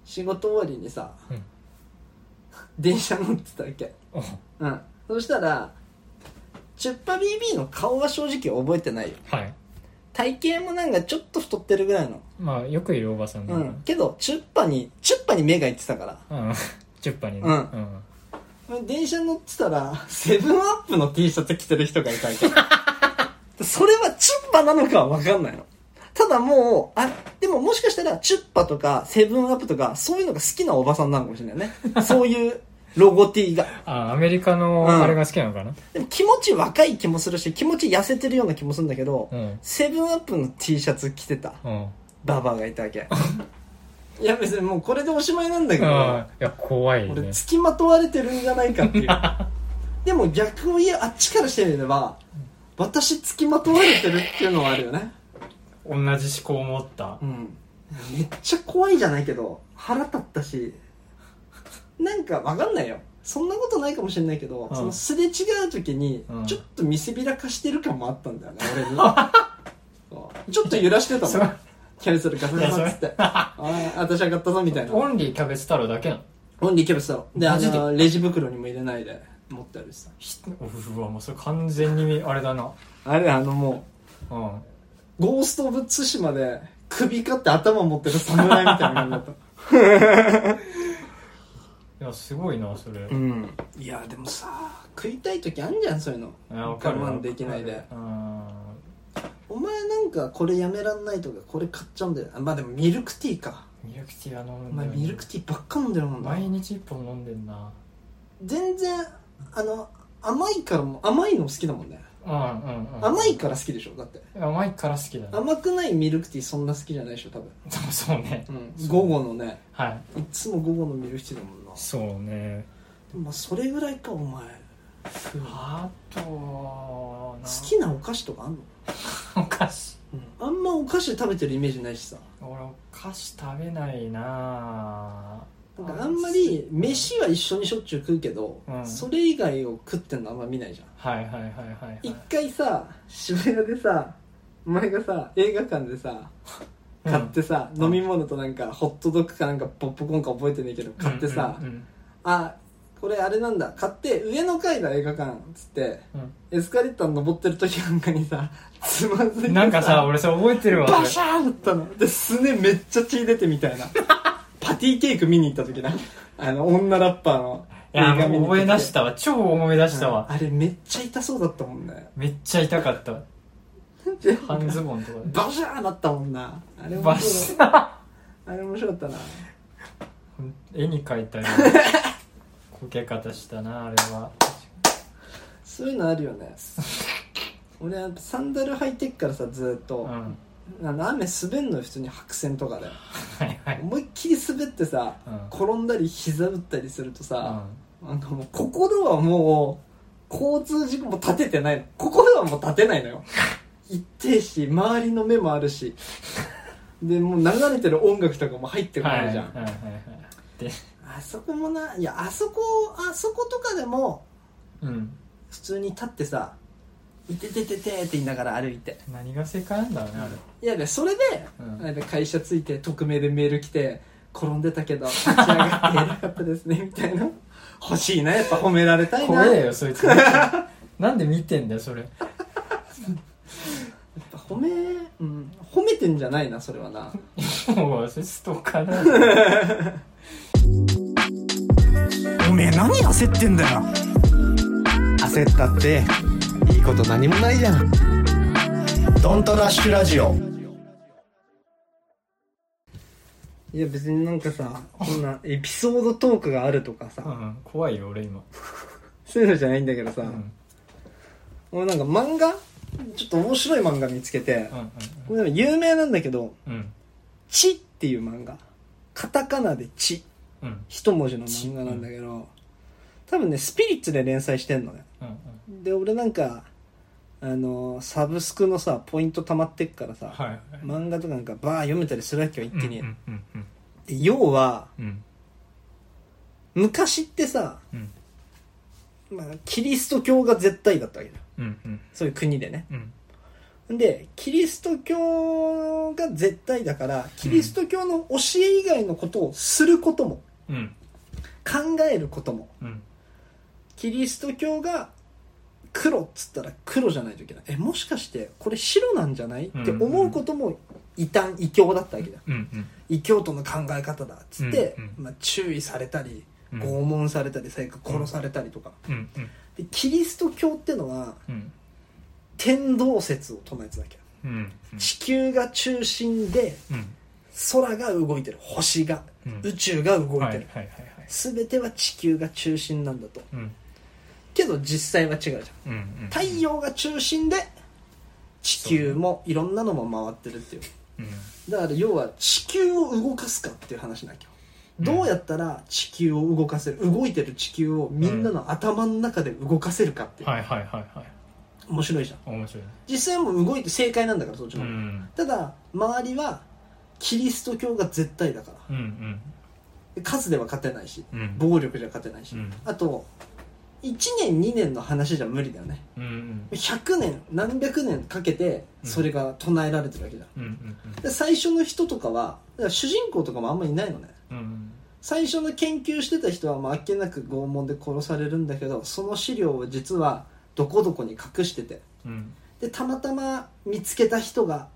Speaker 1: 仕事終わりにさ、
Speaker 2: うん
Speaker 1: 電車乗ってたわけ
Speaker 2: うん
Speaker 1: うん。そしたら、チュッパ BB の顔は正直覚えてないよ。
Speaker 2: はい
Speaker 1: 体型もなんかちょっと太ってるぐらいの。
Speaker 2: まあよくいるおばさんだ
Speaker 1: う。
Speaker 2: なん
Speaker 1: けど、チュッパに、チュッパに目がいってたから。
Speaker 2: うんチュッパにね
Speaker 1: うん
Speaker 2: うん
Speaker 1: 電車乗ってたら、セブンアップの T シャツ着てる人がいたわけ。 それはチュッパなのかはわかんないの。ただもう、あ、でももしかしたら、チュッパとか、セブンアップとか、そういうのが好きなおばさんなのかもしれない ね。そういうロゴ T が。
Speaker 2: あアメリカの
Speaker 1: うん
Speaker 2: あれが好きなのかな
Speaker 1: でも気持ち若い気もするし、気持ち痩せてるような気もするんだけど、
Speaker 2: うん
Speaker 1: セブンアップの T シャツ着てた
Speaker 2: うん
Speaker 1: ババアがいたわけ いや別にもうこれでおしまいなんだけ
Speaker 2: あ
Speaker 1: ど
Speaker 2: ーいや怖い
Speaker 1: 俺
Speaker 2: ね
Speaker 1: 付きまとわれてるんじゃないかって いうでも逆を言えあっちからしてみれば私付きまとわれてるっていうのはあるよね
Speaker 2: 同じ思考を持った
Speaker 1: うんめっちゃ怖いじゃないけど腹立ったしなんかわかんないよそんなことないかもしれないけど、
Speaker 2: うん
Speaker 1: そのすれ違う時に
Speaker 2: うん
Speaker 1: ちょっと見せびらかしてる感もあったんだよね、俺にそうちょっと揺らしてた
Speaker 2: そ
Speaker 1: も
Speaker 2: れ
Speaker 1: んキャベツルガサガサっつってあー私上がったぞみたいな
Speaker 2: オンリーキャベツ太郎だけなの
Speaker 1: オンリーキャベツだろであ
Speaker 2: マジで
Speaker 1: のレジ袋にも入れないで持って歩いて
Speaker 2: ひうわもうそれ完全にあれだな
Speaker 1: たあれあのも
Speaker 2: うん
Speaker 1: うゴースト・オブ・ツシマで首かって頭持ってる侍みたいな感じだった
Speaker 2: いやすごいなそれ、
Speaker 1: う
Speaker 2: い
Speaker 1: んいやでもさ食いたい時あんじゃんそういうの
Speaker 2: や
Speaker 1: 我
Speaker 2: わかる
Speaker 1: 慢できないで
Speaker 2: うん
Speaker 1: お前なんかこれやめらんないとかこれ買っちゃうんだよあまあでもミルクティーか
Speaker 2: ミルクティーは飲む
Speaker 1: お
Speaker 2: んだ
Speaker 1: 前
Speaker 2: よね
Speaker 1: ミルクティーばっか飲んでるもんな
Speaker 2: 毎日一本飲んでんな
Speaker 1: 全然あの甘いからも甘いの好きだもんね
Speaker 2: うんうんうん
Speaker 1: 甘いから好きでしょだって
Speaker 2: 甘いから好きだね
Speaker 1: 甘くないミルクティーそんな好きじゃないでしょ多分、
Speaker 2: そうね
Speaker 1: うん、午後のね
Speaker 2: はい
Speaker 1: いつも午後のミルクティーだもんな
Speaker 2: そうね
Speaker 1: まあそれぐらいかお前好
Speaker 2: あとはな
Speaker 1: きなお菓子とかあんの、
Speaker 2: お菓子
Speaker 1: うん、あんまお菓子食べてるイメージないしさ
Speaker 2: 俺お菓子食べないな
Speaker 1: なんかあんまり飯は一緒にしょっちゅう食うけど、
Speaker 2: うん
Speaker 1: それ以外を食ってんのあんま見ないじゃん
Speaker 2: はいはいはいはい、
Speaker 1: 一
Speaker 2: はい、
Speaker 1: 回さ渋谷でさお前がさ映画館でさ
Speaker 2: うん
Speaker 1: 買ってさ、飲み物となんかホットドッグかなんかポップコーンか覚えてねえけど買ってさ、
Speaker 2: うんうん
Speaker 1: あこれあれなんだ買って上の階だ映画館っつって
Speaker 2: うん
Speaker 1: エスカレーター登ってる時なんかにさつまずいて
Speaker 2: うんなんかさ俺それ覚えてるわ
Speaker 1: バシャーンだったので、すねめっちゃ血出てみたい な。パティケーク見に行った時な。あの、女ラッパーの
Speaker 2: いやも
Speaker 1: 見
Speaker 2: う
Speaker 1: に行っ
Speaker 2: 思
Speaker 1: て
Speaker 2: い出したわ超思い出したわ、
Speaker 1: あれめっちゃ痛そうだったもんね。
Speaker 2: めっちゃ痛かった
Speaker 1: で
Speaker 2: 半ズボンとか
Speaker 1: バシャーンだったもんな。あれ
Speaker 2: で
Speaker 1: 面
Speaker 2: バ
Speaker 1: 白
Speaker 2: シ
Speaker 1: い。
Speaker 2: ャ
Speaker 1: あれ面白かったな。
Speaker 2: 絵に描いたようなこけ方したなあれは
Speaker 1: そういうのあるよね。俺はサンダル履いてっからさ、ずーっ
Speaker 2: うん
Speaker 1: と。
Speaker 2: は
Speaker 1: あの雨滑んのよ、普通に白線とかで。
Speaker 2: いはい
Speaker 1: 思いっきり滑ってさ、
Speaker 2: うん
Speaker 1: 転んだり膝打ったりするとさ、
Speaker 2: うん
Speaker 1: なんかもう、ここではもう、交通事故も立ててないの。ここではもう立てないのよ。一定し、周りの目もあるし。で、もう流れてる音楽とかも入ってこ
Speaker 2: は
Speaker 1: な
Speaker 2: いはいい
Speaker 1: じゃん。
Speaker 2: はいはいで
Speaker 1: あそこもな、いや、あそこ、あそことかでも、
Speaker 2: うん
Speaker 1: 普通に立ってさ、いててててって言いながら歩いて。
Speaker 2: 何が正解なんだろうねあれ
Speaker 1: いやね、それで、
Speaker 2: うん
Speaker 1: あれで会社着いて、匿名でメール来て、転んでたけど、立ち上がって偉かったですね、みたいな。欲しいな、やっぱ褒められたいな。
Speaker 2: 怖
Speaker 1: や
Speaker 2: えよそ いつなんで見てんだよそれ
Speaker 1: っぱ褒め、うん、褒めてんじゃないな、それはな。
Speaker 2: もうそれストーカーだよ
Speaker 4: おめえ何焦ってんだよ
Speaker 3: 焦ったっていいこと何もないじゃんドントラッシュラジオ
Speaker 1: いや別になんかさ、こんなエピソードトークがあるとか
Speaker 2: う
Speaker 1: さ、
Speaker 2: ん怖いよ俺今
Speaker 1: そういうのじゃないんだけどさ、
Speaker 2: うん
Speaker 1: 俺なんか漫画ちょっと面白い漫画見つけて
Speaker 2: う、ん
Speaker 1: これでも有名なんだけど、
Speaker 2: うんうん
Speaker 1: チっていう漫画。カタカナでチ。
Speaker 2: うんうん
Speaker 1: 一文字の漫画なんだけど、多分ね、スピリッツで連載してんのね。
Speaker 2: うん
Speaker 1: で、俺なんか、あの、サブスクのさ、ポイント溜まってっからさ、
Speaker 2: はいはい
Speaker 1: 漫画とかなんかバー読めたりするわけよ、一気に。
Speaker 2: うんうんうん
Speaker 1: で要は、
Speaker 2: うん
Speaker 1: 昔ってさ、
Speaker 2: うん
Speaker 1: まあ、キリスト教が絶対だったわけだよ
Speaker 2: うんうん
Speaker 1: そういう国でね
Speaker 2: うん
Speaker 1: でキリスト教が絶対だからキリスト教の教え以外のことをすることも
Speaker 2: うん
Speaker 1: 考えることも
Speaker 2: うん
Speaker 1: キリスト教が黒っつったら黒じゃないといけないえもしかしてこれ白なんじゃないって思うことも異端異教だったわけだよ
Speaker 2: うんうん
Speaker 1: 異教徒の考え方だっつって、
Speaker 2: うん
Speaker 1: まあ、注意されたり
Speaker 2: うん
Speaker 1: 拷問されたり最悪殺されたりとか、
Speaker 2: うんうん
Speaker 1: でキリスト教ってのは
Speaker 2: うん
Speaker 1: 天動説を唱えてたわけよ
Speaker 2: うん
Speaker 1: 地球が中心で
Speaker 2: うん
Speaker 1: 空が動いてる星が
Speaker 2: うん
Speaker 1: 宇宙が動い
Speaker 2: は
Speaker 1: て
Speaker 2: いはい
Speaker 1: る
Speaker 2: はいはい
Speaker 1: 全ては地球が中心なんだと
Speaker 2: うん
Speaker 1: けど実際は違うじゃん
Speaker 2: うんうん
Speaker 1: 太陽が中心で地球もいろんなのも回ってるっていう
Speaker 2: うん
Speaker 1: だから要は地球を動かすかっていう話なきゃどうやったら地球を動かせる動いてる地球をみんなの頭の中で動かせるかっていう
Speaker 2: はいはいはいはい
Speaker 1: 面白いじゃん
Speaker 2: 面白いね
Speaker 1: 実際もう動いて正解なんだからそっち
Speaker 2: う
Speaker 1: の方が
Speaker 2: ん
Speaker 1: ただ周りはキリスト教が絶対だから
Speaker 2: うんうん
Speaker 1: で数では勝てないし
Speaker 2: うん
Speaker 1: 暴力じゃ勝てないし、
Speaker 2: うん
Speaker 1: あと1年2年の話じゃ無理だよね
Speaker 2: うんうん
Speaker 1: 100年何百年かけてそれが唱えられてるわけじゃん、
Speaker 2: うんうん
Speaker 1: で最初の人とかはだから主人公とかもあんまいないのね
Speaker 2: うんうん
Speaker 1: 最初の研究してた人はまああっけなく拷問で殺されるんだけどその資料を実はどこどこに隠してて
Speaker 2: うん
Speaker 1: でたまたま見つけた人が、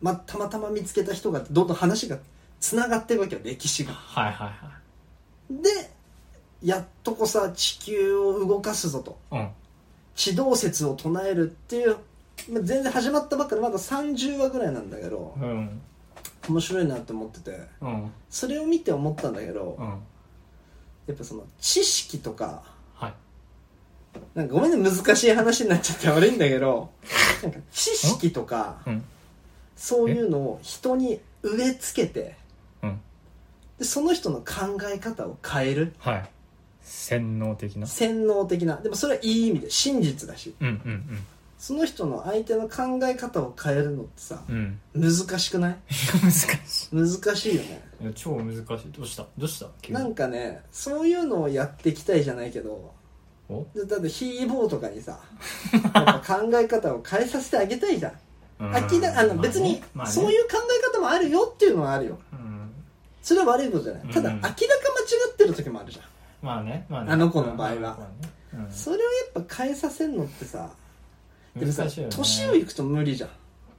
Speaker 1: ま、たまたま見つけた人がどんどん話がつながってるわけよ歴史が
Speaker 2: はいはいはい
Speaker 1: でやっとこさ地球を動かすぞと
Speaker 2: うん
Speaker 1: 地動説を唱えるっていうまあ全然始まったばっかでまだ30話ぐらいなんだけど
Speaker 2: うん
Speaker 1: 面白いなって思ってて
Speaker 2: うん
Speaker 1: それを見て思ったんだけど
Speaker 2: うん
Speaker 1: やっぱその知識とか
Speaker 2: はい
Speaker 1: なんかごめんね難しい話になっちゃって悪いんだけどなんか知識とか
Speaker 2: うん
Speaker 1: そういうのを人に植え付けて
Speaker 2: うん
Speaker 1: でその人の考え方を変える
Speaker 2: はい洗脳的な
Speaker 1: 洗脳的なでもそれはいい意味で真実だし
Speaker 2: うんうん
Speaker 1: その人の相手の考え方を変えるのってさ
Speaker 2: うんうん
Speaker 1: 難しくない
Speaker 2: 難し
Speaker 1: 難しいよね
Speaker 2: いいや超難しいどうしたどうした急に
Speaker 1: なんかねそういうのをやっていきたいじゃないけど
Speaker 2: お、
Speaker 1: だだってヒーボーとかにさやっぱ考え方を変えさせてあげたいじゃんあきなあの別にそういうう考え方もあるよっていうのはあるよ
Speaker 2: うん
Speaker 1: それは悪いことじゃないただ
Speaker 2: うん
Speaker 1: 明らか間違ってる時もあるじゃん
Speaker 2: まあねまあね
Speaker 1: あの子の場合は
Speaker 2: うん
Speaker 1: それをやっぱ変えさせんのってさでもさ
Speaker 2: 難しいよね
Speaker 1: 年をいくと無理じゃ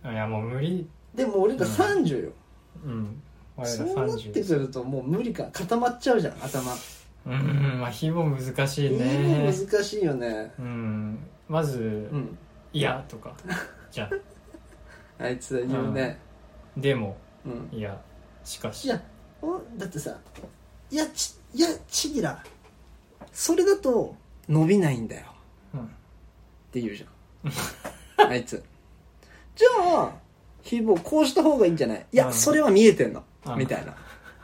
Speaker 1: ん
Speaker 2: いやもう無理
Speaker 1: でも俺ら30よ、
Speaker 2: うん我ら
Speaker 1: そうなって
Speaker 2: 30
Speaker 1: くるともう無理か固まっちゃうじゃん頭
Speaker 2: うんまあ日も難しい
Speaker 1: いい
Speaker 2: ね
Speaker 1: ね難しいよね
Speaker 2: うんまず「
Speaker 1: うん
Speaker 2: いや」とか「じゃ
Speaker 1: あいつ言うね
Speaker 2: でも
Speaker 1: うん
Speaker 2: いやしかし
Speaker 1: いやおだってさ「いやちいやちぎらそれだと伸びないんだよ」
Speaker 2: うん
Speaker 1: って言うじゃ んあいつじゃあひぼこうした方がいいんじゃないいや、
Speaker 2: うん
Speaker 1: それは見えてんの、
Speaker 2: うん
Speaker 1: みたいな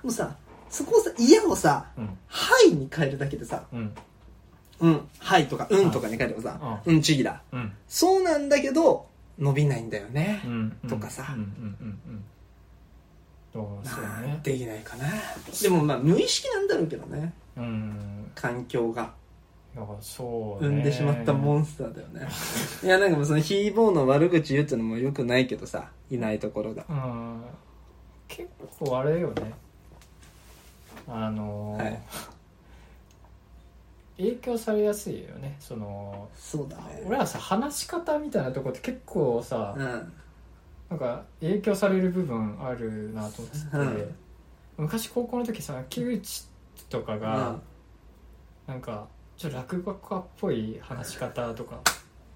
Speaker 1: もうさそこをさ「嫌」をさ
Speaker 2: うん
Speaker 1: 「はい」に変えるだけでさ
Speaker 2: うん
Speaker 1: 「うん」「はい」とか「うん」とかに変えればさ「うんちぎだ
Speaker 2: うん」
Speaker 1: そうなんだけど伸びないんだよね
Speaker 2: う、ん
Speaker 1: とかさ
Speaker 2: うんうんうんうんどうそう
Speaker 1: まあ
Speaker 2: ね
Speaker 1: できないかなでもまあ無意識なんだろうけどね
Speaker 2: うん
Speaker 1: 環境が
Speaker 2: いやそうね
Speaker 1: 生んでしまったモンスターだよねいやなんかもうそのひーぼーの悪口言うってのもよくないけどさいないところが
Speaker 2: うん結構あれよねあのー
Speaker 1: はい
Speaker 2: 影響されやすいよねその
Speaker 1: そうだね
Speaker 2: 俺らさ話し方みたいなとこって結構さ、
Speaker 1: うん
Speaker 2: なんか影響される部分あるなと思ってて、
Speaker 1: うん
Speaker 2: 昔高校の時さ木内とかが、
Speaker 1: うん
Speaker 2: なんかちょっと落語家っぽい話し方とか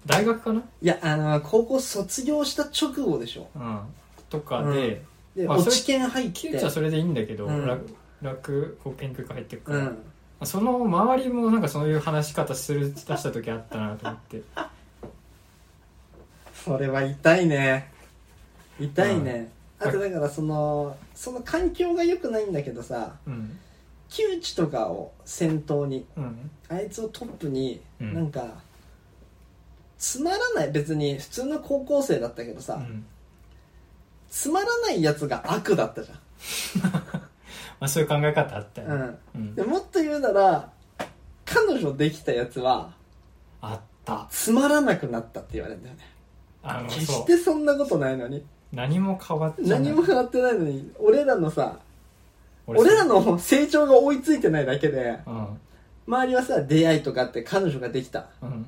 Speaker 2: 大学かな、
Speaker 1: いやあの高校卒業した直後でしょ
Speaker 2: うん、とかで、
Speaker 1: うんで
Speaker 2: まあ
Speaker 1: 落ち研入っ
Speaker 2: 木
Speaker 1: て
Speaker 2: 内はそれでいいんだけど、
Speaker 1: うん
Speaker 2: 落落語研究会入ってくか
Speaker 1: う
Speaker 2: ら、
Speaker 1: ん
Speaker 2: その周りもなんかそういう話し方する出した時あったなと思って
Speaker 1: それは痛いね痛いね、あとだからそのその環境が良くないんだけどさ
Speaker 2: うん
Speaker 1: 木内とかを先頭に
Speaker 2: うん
Speaker 1: あいつをトップに、
Speaker 2: うん
Speaker 1: なんかつまらない別に普通の高校生だったけどさ、
Speaker 2: うん
Speaker 1: つまらないやつが悪だったじ
Speaker 2: まあ、そういう考え方あった
Speaker 1: ゃん、う
Speaker 2: よね、
Speaker 1: ん、
Speaker 2: うん
Speaker 1: でもっと言うなら彼女できたやつは
Speaker 2: あった
Speaker 1: つまらなくなったって言われるんだよね
Speaker 2: あの
Speaker 1: 決
Speaker 2: そ
Speaker 1: し
Speaker 2: う
Speaker 1: てそんなことないのに
Speaker 2: 何も変わってない
Speaker 1: 何も変わってないのに俺らのさ俺ら
Speaker 2: の
Speaker 1: の成長が追いついてないだけで
Speaker 2: うん
Speaker 1: 周りはさ出会いとかあって彼女ができた
Speaker 2: うん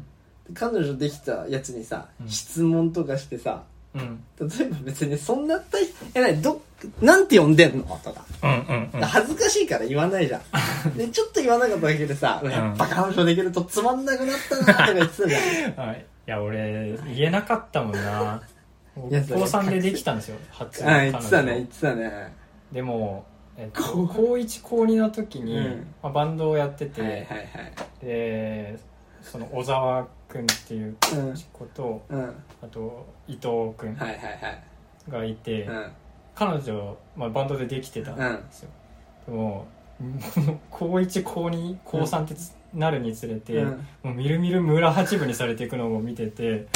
Speaker 1: 彼女できたやつにさ、
Speaker 2: うん
Speaker 1: 質問とかしてさ
Speaker 2: うん
Speaker 1: 例えば別にそんな大えなにどなんて呼んでんのとか
Speaker 2: うんうん うん
Speaker 1: 恥ずかしいから言わないじゃん でちょっと言わなかっただけでさ、
Speaker 2: ん
Speaker 1: やっぱ彼女できるとつまんなくなったなとか言って たじゃん
Speaker 2: はいいや俺言えなかったもんな高
Speaker 1: いやそれ
Speaker 2: 3でできたんですよ初
Speaker 1: あ言っ
Speaker 2: 彼
Speaker 1: て
Speaker 2: 女
Speaker 1: たね言ってたね
Speaker 2: でも、えっと、
Speaker 1: 高
Speaker 2: 高1高2の時に、
Speaker 1: うん
Speaker 2: まあ、バンドをやってて、
Speaker 1: はいはいはい
Speaker 2: でその小沢君っていう
Speaker 1: うん
Speaker 2: 子と
Speaker 1: うんは
Speaker 2: あと伊藤君
Speaker 1: いはいはい
Speaker 2: がいて、
Speaker 1: うん
Speaker 2: 彼女、まあ、バンドでできてたんですよ、でももう高1高2高3ってつなるにつれて、
Speaker 1: うん
Speaker 2: もうみるみる村八分にされていくのを見てて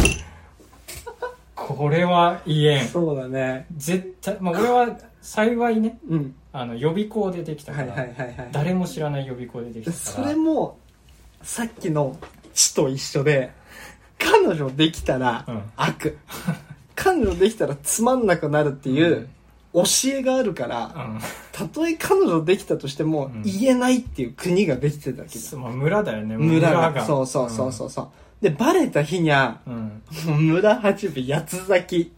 Speaker 2: ここれは言えん
Speaker 1: そうだね
Speaker 2: 絶対まあ俺は幸いね
Speaker 1: うん
Speaker 2: あの予備校でできた
Speaker 1: は
Speaker 2: か
Speaker 1: い
Speaker 2: ら、
Speaker 1: はいはいはい
Speaker 2: 誰も知らない予備校でできたか
Speaker 1: そ
Speaker 2: ら
Speaker 1: れもさっきの「ち」と一緒で彼女できたら
Speaker 2: うん
Speaker 1: 悪、彼女できたらつまんなくなるっていう教えがあるから、
Speaker 2: うん
Speaker 1: たとえ彼女できたとしても
Speaker 2: うん
Speaker 1: 言えないっていう国ができてたわけだ、
Speaker 2: そうまあ、村だよね
Speaker 1: 村がそうそうそうそうそうでバレた日にゃ
Speaker 2: うん、うん
Speaker 1: もう村八分八つ咲き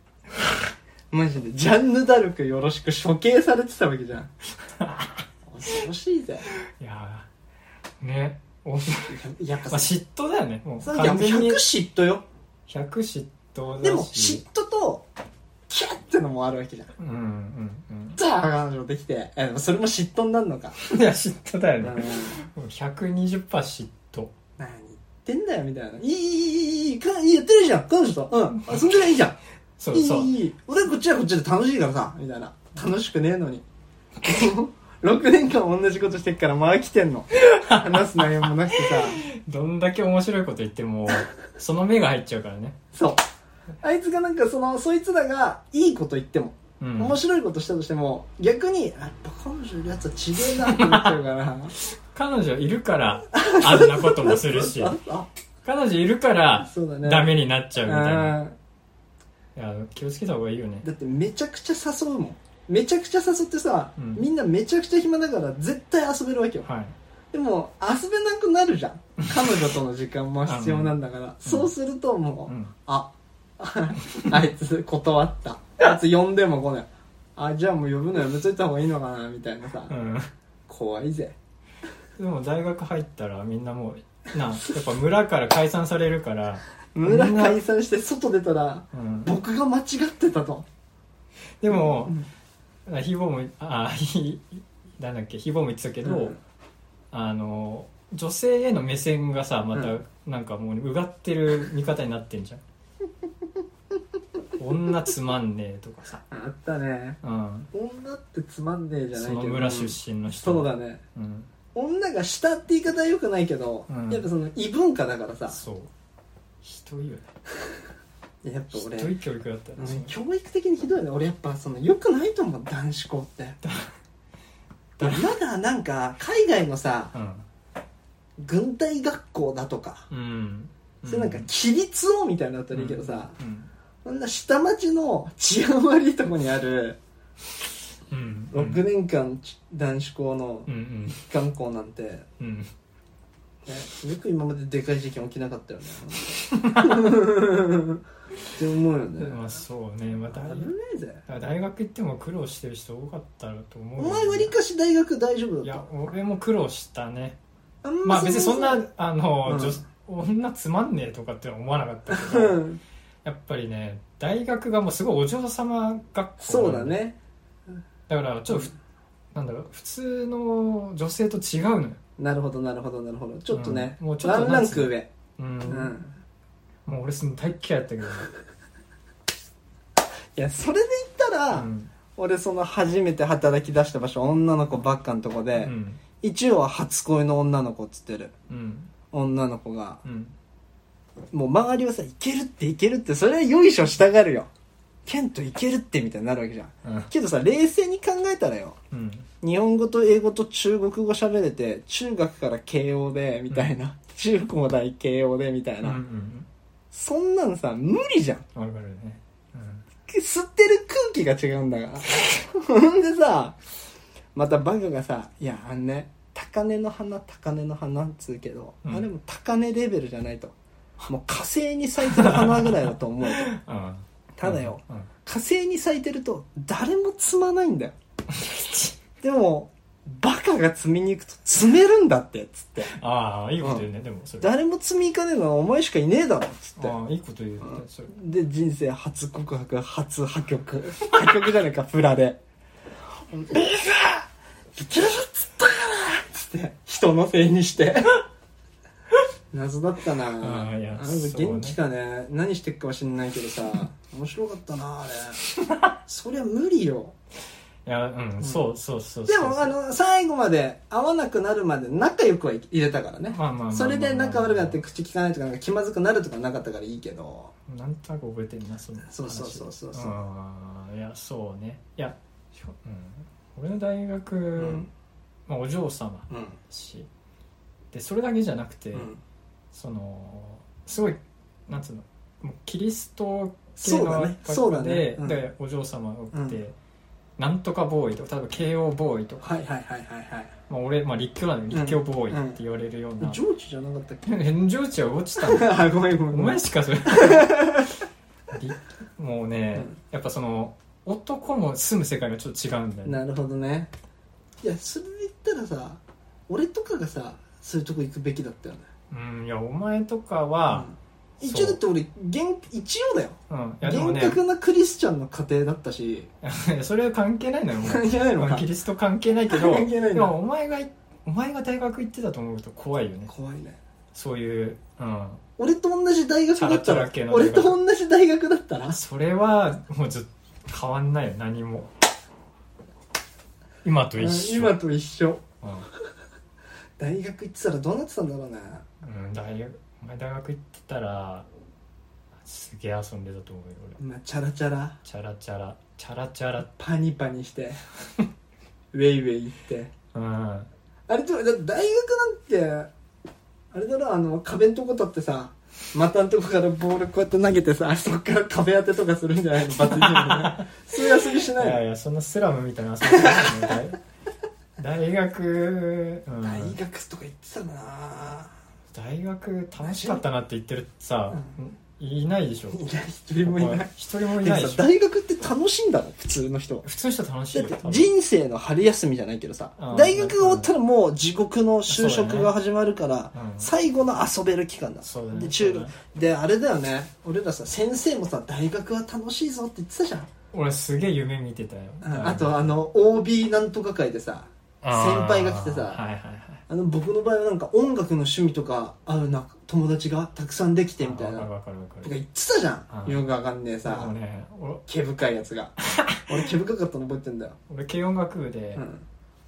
Speaker 1: マジでジャンヌ・ダルクよろしく処刑されてたわけじゃん恐ろしいぜ
Speaker 2: いやーねお ま
Speaker 1: やっぱ
Speaker 2: あ嫉妬だよねもう
Speaker 1: さいや
Speaker 2: 完全
Speaker 1: 100
Speaker 2: に
Speaker 1: 嫉妬よ
Speaker 2: 100嫉妬だし
Speaker 1: でも嫉妬とキャッってのもあるわけじゃん
Speaker 2: うんうん
Speaker 1: ザー彼女できてえでもそれも嫉妬になるのか、
Speaker 2: うんいや嫉妬だよ
Speaker 1: うん
Speaker 2: ね、もう120%嫉妬
Speaker 1: 何言ってんだよみたいないいいいいいいいいかやってるじゃん彼女とうん遊んでりゃいいじゃん
Speaker 2: そう
Speaker 1: いい
Speaker 2: そう
Speaker 1: いいいい俺はこっちはこっちで楽しいからさみたいな楽しくねえのに6年間同じことしてっからまあ来てんの話す内容もなくてさ
Speaker 2: どんだけ面白いこと言って もその目が入っちゃうからね、
Speaker 1: そうあいつがなんかそのそいつらがいいこと言っても
Speaker 2: うん、
Speaker 1: 面白いことしたとしても逆にあやっぱ彼女いるやつはちげえなってなっちゃうから
Speaker 2: 彼女いるからあんなこともするし
Speaker 1: ああ
Speaker 2: 彼女いるから
Speaker 1: そうだね
Speaker 2: ダメになっちゃうみたいな、
Speaker 1: あ
Speaker 2: いや気をつけた方がいいよね
Speaker 1: ーだってめちゃくちゃ誘うもんめちゃくちゃ誘ってさ、
Speaker 2: うん
Speaker 1: みんなめちゃくちゃ暇だから絶対遊べるわけよ
Speaker 2: はい
Speaker 1: でも遊べなくなるじゃ ん彼女との時間も必要なんだから、そうするともう、
Speaker 2: うん
Speaker 1: あ あいつ断ったあいつ呼んでも来ないあじゃあもう呼ぶのやめといた方がいいのかなみたいなさ、
Speaker 2: うん
Speaker 1: 怖いぜ
Speaker 2: でも大学入ったらみんなもうなやっぱ村から解散されるから、
Speaker 1: 村解散して外出たら
Speaker 2: うん、
Speaker 1: 僕が間違ってたと
Speaker 2: でも、ひぼもあひなんだっけひぼも言ってたけど、
Speaker 1: うん
Speaker 2: あの女性への目線がさまた、
Speaker 1: うん
Speaker 2: なんかもううがってる見方になってんじゃん女つまんねえとかさ、
Speaker 1: あったね
Speaker 2: うん、
Speaker 1: 女ってつまんねえじゃない
Speaker 2: そ
Speaker 1: けど
Speaker 2: の村出身の人
Speaker 1: そうだね
Speaker 2: うん、
Speaker 1: 女が下って言い方はよくないけど、
Speaker 2: うん
Speaker 1: やっぱその異文化だからさ
Speaker 2: そうひどいよね
Speaker 1: やっぱ
Speaker 2: ひ
Speaker 1: 俺
Speaker 2: どい教育だったよ
Speaker 1: う
Speaker 2: ね
Speaker 1: ん教育的にひどいね俺やっぱそのよくないと思う男子校って
Speaker 2: だ
Speaker 1: まだなんか海外のさ
Speaker 2: うん
Speaker 1: 軍隊学校だとか
Speaker 2: うん
Speaker 1: それなんか規律をみたいなのだったらいいけどさ、
Speaker 2: うん
Speaker 1: そんな下町の治安悪いとこにある
Speaker 2: うんうん
Speaker 1: 6年間男子校の
Speaker 2: うんうん
Speaker 1: 一貫校なんて、ね、
Speaker 2: うん
Speaker 1: よく今まででかい事件起きなかったよ ねって思うよね
Speaker 2: まあそうねまあ
Speaker 1: 危
Speaker 2: 大
Speaker 1: ねえぜ
Speaker 2: 大学行っても苦労してる人多かったろうと思
Speaker 1: お
Speaker 2: うよ
Speaker 1: 前わりかし大学大丈夫
Speaker 2: い
Speaker 1: だっ
Speaker 2: や俺も苦労したね
Speaker 1: たあん
Speaker 2: まあ別にそんなあ
Speaker 1: う
Speaker 2: の
Speaker 1: ん
Speaker 2: 女女つまんねえとかってのは思わなかったけ
Speaker 1: う
Speaker 2: ど
Speaker 1: ん
Speaker 2: やっぱりね大学がもうすごいお嬢様学校
Speaker 1: そうだね
Speaker 2: だからちょっとふなんだろう普通の女性と違うのよ
Speaker 1: なるほどなるほどなるほどちょっとね、
Speaker 2: うんもうちょっと
Speaker 1: ワンランク上
Speaker 2: うん
Speaker 1: うん、
Speaker 2: もう俺その大っ嫌いだったけどね
Speaker 1: いやそれで言ったら、
Speaker 2: うん
Speaker 1: 俺その初めて働き出した場所女の子ばっかのとこ
Speaker 2: う
Speaker 1: で、
Speaker 2: ん
Speaker 1: 一応は初恋の女の子っつってる
Speaker 2: うん
Speaker 1: 女の子が
Speaker 2: うん
Speaker 1: もう周りはさ「いけるっていけるって」それはよいしょしたがるよケントいけるってみたいになるわけじゃん
Speaker 2: うん
Speaker 1: けどさ冷静に考えたらよ
Speaker 2: うん
Speaker 1: 日本語と英語と中国語喋れて中学から慶応でみたいな、中高大慶応でみたい
Speaker 2: うんう
Speaker 1: な、
Speaker 2: ん
Speaker 1: そんなんさ無理じゃん
Speaker 2: わかるねうん
Speaker 1: 吸ってる空気が違うんだからほんでさまたバカがさ「いやあのね高根の花高根の花」っつうけど、
Speaker 2: うん
Speaker 1: あれも高根レベルじゃないともう火星に咲いてる花ぐらいだと 思うと
Speaker 2: あ
Speaker 1: ただよ、
Speaker 2: うん
Speaker 1: 火星に咲いてると誰も摘まないんだよ でもバカが摘みに行くと摘めるんだってっつって
Speaker 2: ああいいこと言うねでもそれ
Speaker 1: 誰も摘み行かねえのはお前しかいねえだろっつって
Speaker 2: ああいいこと言うねそれ
Speaker 1: で人生初告白初破局破局じゃないかプラで「ビーフいけるっつったから!」っつって人のせいにして謎だったな
Speaker 2: あーいや
Speaker 1: あの
Speaker 2: そうね
Speaker 1: 元気かね何 してっかは知んないけどさ面白かったなあれそりゃ無理よ
Speaker 2: いやうん、そうそうそう
Speaker 1: で
Speaker 2: そう
Speaker 1: もあの最後まで会わなくなるまで仲良くはい入れたからね
Speaker 2: まあまあまあまあ
Speaker 1: それで仲悪くなって口聞かないとかなんか気まずくなるとかなかったからいいけど
Speaker 2: なんとなく覚えてるなその話
Speaker 1: そうそうそうそうそう
Speaker 2: うんいやそうねいや、しょうん、俺の大学、
Speaker 1: ん
Speaker 2: まあ、お嬢様
Speaker 1: うん
Speaker 2: だしでそれだけじゃなくて、
Speaker 1: うん
Speaker 2: そのすごいなんつうのもうキリスト系
Speaker 1: そう
Speaker 2: の
Speaker 1: だねそうだね
Speaker 2: で,、
Speaker 1: うん
Speaker 2: でお嬢様が多くて、
Speaker 1: うん
Speaker 2: なんとかボーイとか例えば慶応ボーイとか、
Speaker 1: はいはいはいはい
Speaker 2: まあ、俺、まあ、立教なんで立教ボーイって言われるよう
Speaker 1: は
Speaker 2: な、
Speaker 1: い上智じゃなかったっけ
Speaker 2: 返上値は落ちたの
Speaker 1: あごめんごめんご
Speaker 2: お
Speaker 1: めん
Speaker 2: 前しかそれ りもうね、
Speaker 1: うん
Speaker 2: やっぱその男も住む世界がちょっと違うんだよね
Speaker 1: なるほどねいやそれで言ったらさ俺とかがさそういうとこ行くべきだったよね
Speaker 2: うんいやお前とかは、
Speaker 1: うん一
Speaker 2: そう
Speaker 1: 応だって俺現一応だよ
Speaker 2: うんいやでも
Speaker 1: 厳
Speaker 2: ね
Speaker 1: 格なクリスチャンの家庭だったし
Speaker 2: いやそれは関係ないのよもう
Speaker 1: 関係 ないのか
Speaker 2: キリスト関係ないけど
Speaker 1: 関係ないんだ
Speaker 2: でもお前がお前が大学行ってたと思うと怖いよね
Speaker 1: 怖いね
Speaker 2: そういう、うん、
Speaker 1: 俺と同じ大学だった
Speaker 2: チャラチャラ
Speaker 1: ら
Speaker 2: 系の大
Speaker 1: 俺
Speaker 2: 学
Speaker 1: と同じ大学だったら
Speaker 2: それはもうずっと変わんないよ何も今と一緒、
Speaker 1: 今と一緒
Speaker 2: うん
Speaker 1: 大学行ってたらどうなってたんだろうね
Speaker 2: うん、大学お前大学行ってたらすげえ遊んでたと思うよ俺
Speaker 1: まあチャラチャラ
Speaker 2: チャラチャラチャラチャラ
Speaker 1: パニパニして ウェイウェイ行って
Speaker 2: うん
Speaker 1: あれとだ大学なんてあれだろあの壁のとこ立ってさ股のとこからボールこうやって投げてさそっから壁当てとかするんじゃ ないの罰ゲームでそういう遊びしない
Speaker 2: い
Speaker 1: の
Speaker 2: やいやそんなスラムみたいな遊びじゃな いよ大大学、うん、
Speaker 1: 大学とか行ってたな
Speaker 2: 大学楽しかったなって言ってるさ、いないでしょ
Speaker 1: いない一人もいない
Speaker 2: 一人もい
Speaker 1: でも
Speaker 2: ない
Speaker 1: さ
Speaker 2: でしょ
Speaker 1: 大学って楽しいんだろ普通の人
Speaker 2: 普通の人楽しい
Speaker 1: だ
Speaker 2: よ
Speaker 1: って
Speaker 2: 多分
Speaker 1: 人生の春休みじゃないけどさ
Speaker 2: うん
Speaker 1: 大学が終わったらもう地獄の就職が始まるから
Speaker 2: うん
Speaker 1: 最後の遊べる期間だ
Speaker 2: そうだね
Speaker 1: で中
Speaker 2: そう
Speaker 1: 学
Speaker 2: だね
Speaker 1: であれだよね俺らさ先生もさ大学は楽しいぞって言ってたじゃん
Speaker 2: 俺すげえ夢見てたよ
Speaker 1: うんあとあの OB なんとか会でさ
Speaker 2: あー
Speaker 1: 先輩が来てさ
Speaker 2: はいはいはい
Speaker 1: あの僕の場合はなんか音楽の趣味とか合うな友達がたくさんできてみたいな
Speaker 2: あー
Speaker 1: とか
Speaker 2: わかるわかるわか
Speaker 1: 言っ
Speaker 2: る
Speaker 1: てたじゃん
Speaker 2: うん
Speaker 1: よくわかんねえ
Speaker 2: で
Speaker 1: さ
Speaker 2: もね俺
Speaker 1: 毛深いや つが俺毛深かったの覚えてんだよ
Speaker 2: 俺軽音楽部で
Speaker 1: うん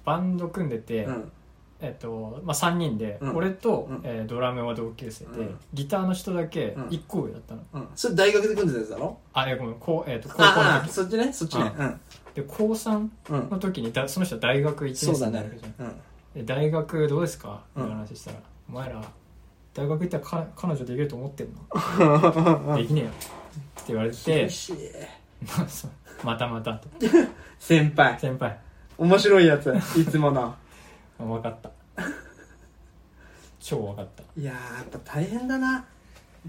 Speaker 2: バンド組んでて、
Speaker 1: うん
Speaker 2: えっとまあ、3人で、
Speaker 1: うん
Speaker 2: 俺と、
Speaker 1: うん
Speaker 2: えードラムは同級生で、
Speaker 1: うん
Speaker 2: ギターの人だけ
Speaker 1: うん
Speaker 2: 1個上だったの、
Speaker 1: うんそれ大学で組んでたやつだろ
Speaker 2: あいやごめんこう、えっと高校
Speaker 1: あ
Speaker 2: の
Speaker 1: あそっちねそっちねうん
Speaker 2: 時で高3
Speaker 1: うん
Speaker 2: の時にだその人は大学1年
Speaker 1: そう
Speaker 2: 生
Speaker 1: だ
Speaker 2: になる
Speaker 1: ね
Speaker 2: わけじゃん、
Speaker 1: うん
Speaker 2: で大学どうですかって
Speaker 1: うん
Speaker 2: 話したら、お前ら大学行ったらか彼女できると思ってん のできねえよって言われて
Speaker 1: 厳しい
Speaker 2: まあそうまたまたと
Speaker 1: 先輩
Speaker 2: 先輩
Speaker 1: 面白いやついつもの
Speaker 2: あ分かった超分かった
Speaker 1: いやーやっぱ大変だな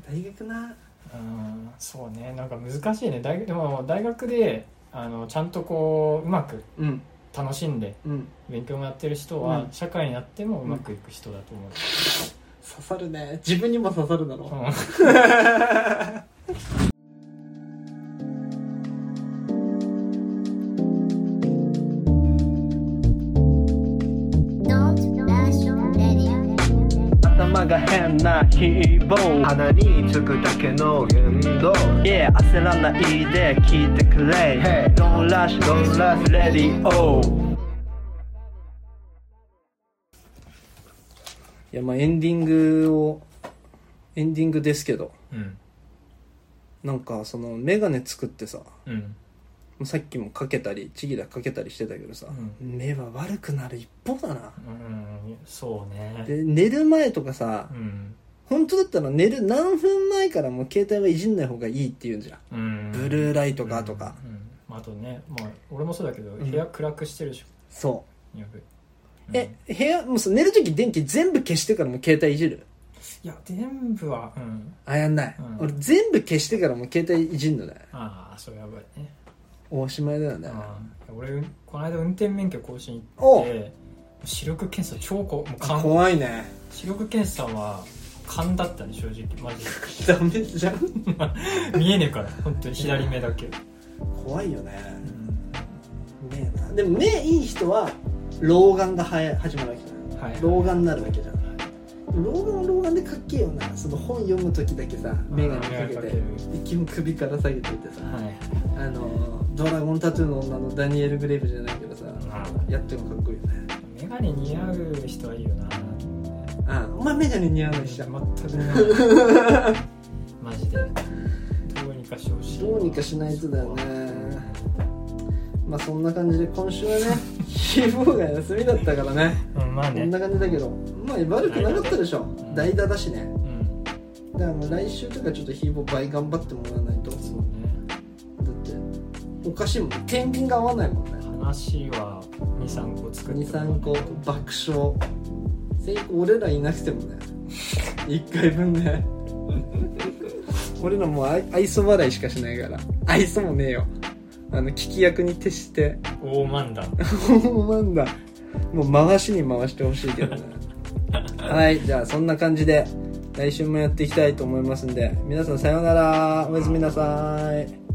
Speaker 1: 大学な
Speaker 2: うんそうねなんか難しいね大学でも大学であのちゃんとこううまく
Speaker 1: うん
Speaker 2: 楽しんで
Speaker 1: うん
Speaker 2: 勉強もやってる人は、
Speaker 1: うん
Speaker 2: 社会になってもうまくいく人だと思う、
Speaker 1: 刺さるね自分にも刺さるだろう
Speaker 2: うん
Speaker 5: 頭が変な希望鼻につくだけの言動 Yeah 焦らないで聞いてくれ Hey Don't rush Don't rush Radio
Speaker 1: いやまあエンディングをエンディングですけど
Speaker 2: うん
Speaker 1: なんかそのメガネ作ってさ
Speaker 2: うん
Speaker 1: さっきもかけたりちぎらかけたりしてたけどさ、
Speaker 2: う
Speaker 1: 目は悪くなる一方だな
Speaker 2: うんそうね
Speaker 1: で寝る前とかさ
Speaker 2: うん
Speaker 1: 本当だったら寝る何分前からもう携帯はいじんない方がいいって言うんじゃん
Speaker 2: うん
Speaker 1: ブルーライトがとか、
Speaker 2: うんうんまああとね、まあ、俺もそうだけど部屋暗くしてるでしょ、
Speaker 1: そ
Speaker 2: やべ
Speaker 1: うえ部屋もうさ寝る時電気全部消してからもう携帯いじる
Speaker 2: いや全部はうん
Speaker 1: あやんない、
Speaker 2: うん
Speaker 1: 俺全部消してからもう携帯いじんのね
Speaker 2: ああそれやばいね
Speaker 1: おしまいだよね
Speaker 2: うん俺この間運転免許更新行
Speaker 1: お
Speaker 2: って視力検査超こもう勘
Speaker 1: 怖い ね
Speaker 2: 視力検査は勘だったね正直マジ
Speaker 1: ダメじゃん
Speaker 2: で見えね えから本当に左目だけ
Speaker 1: 怖いよね目なでも目いい人は老眼がはや始まるわけじゃん
Speaker 2: はい
Speaker 1: 老眼になるわけじゃん老眼は老眼でかっけえよなその本読む時だけさ眼鏡かけ
Speaker 2: 眼鏡か
Speaker 1: て
Speaker 2: ける
Speaker 1: で基本首から下げててさ、
Speaker 2: はい
Speaker 1: あのドラゴンタトゥーの女のダニエル・グレーブじゃないけどさ
Speaker 2: あ
Speaker 1: やってもかっこいいよね
Speaker 2: メガネ似合う人はいいよな
Speaker 1: あお前眼鏡似合わないっしょ
Speaker 2: 全く似合わない マジでどうにかしてほしい
Speaker 1: どうにかしないとだよねまあそんな感じで今週は ね希望が休みだったからね
Speaker 2: うんまあ
Speaker 1: こ
Speaker 2: ね
Speaker 1: んな感じだけどまあ悪くなかったでしょ
Speaker 2: ん
Speaker 1: 代打だしね
Speaker 2: うん
Speaker 1: だからもう来週とかちょっとヒーボー倍頑張ってもらわないとだ
Speaker 2: そうね
Speaker 1: っておかしいもん天秤が合わないもんね
Speaker 2: 話は23個作って
Speaker 1: 23個爆笑成功俺らいなくてもね1回分ね俺らもう愛愛想笑いしかしないから愛想もねえよあの聞き役に徹して
Speaker 2: 大漫談
Speaker 1: ほんまんだもう回しに回してほしいけどねはいじゃあそんな感じで来週もやっていきたいと思いますんで皆さんさようならおやすみなさい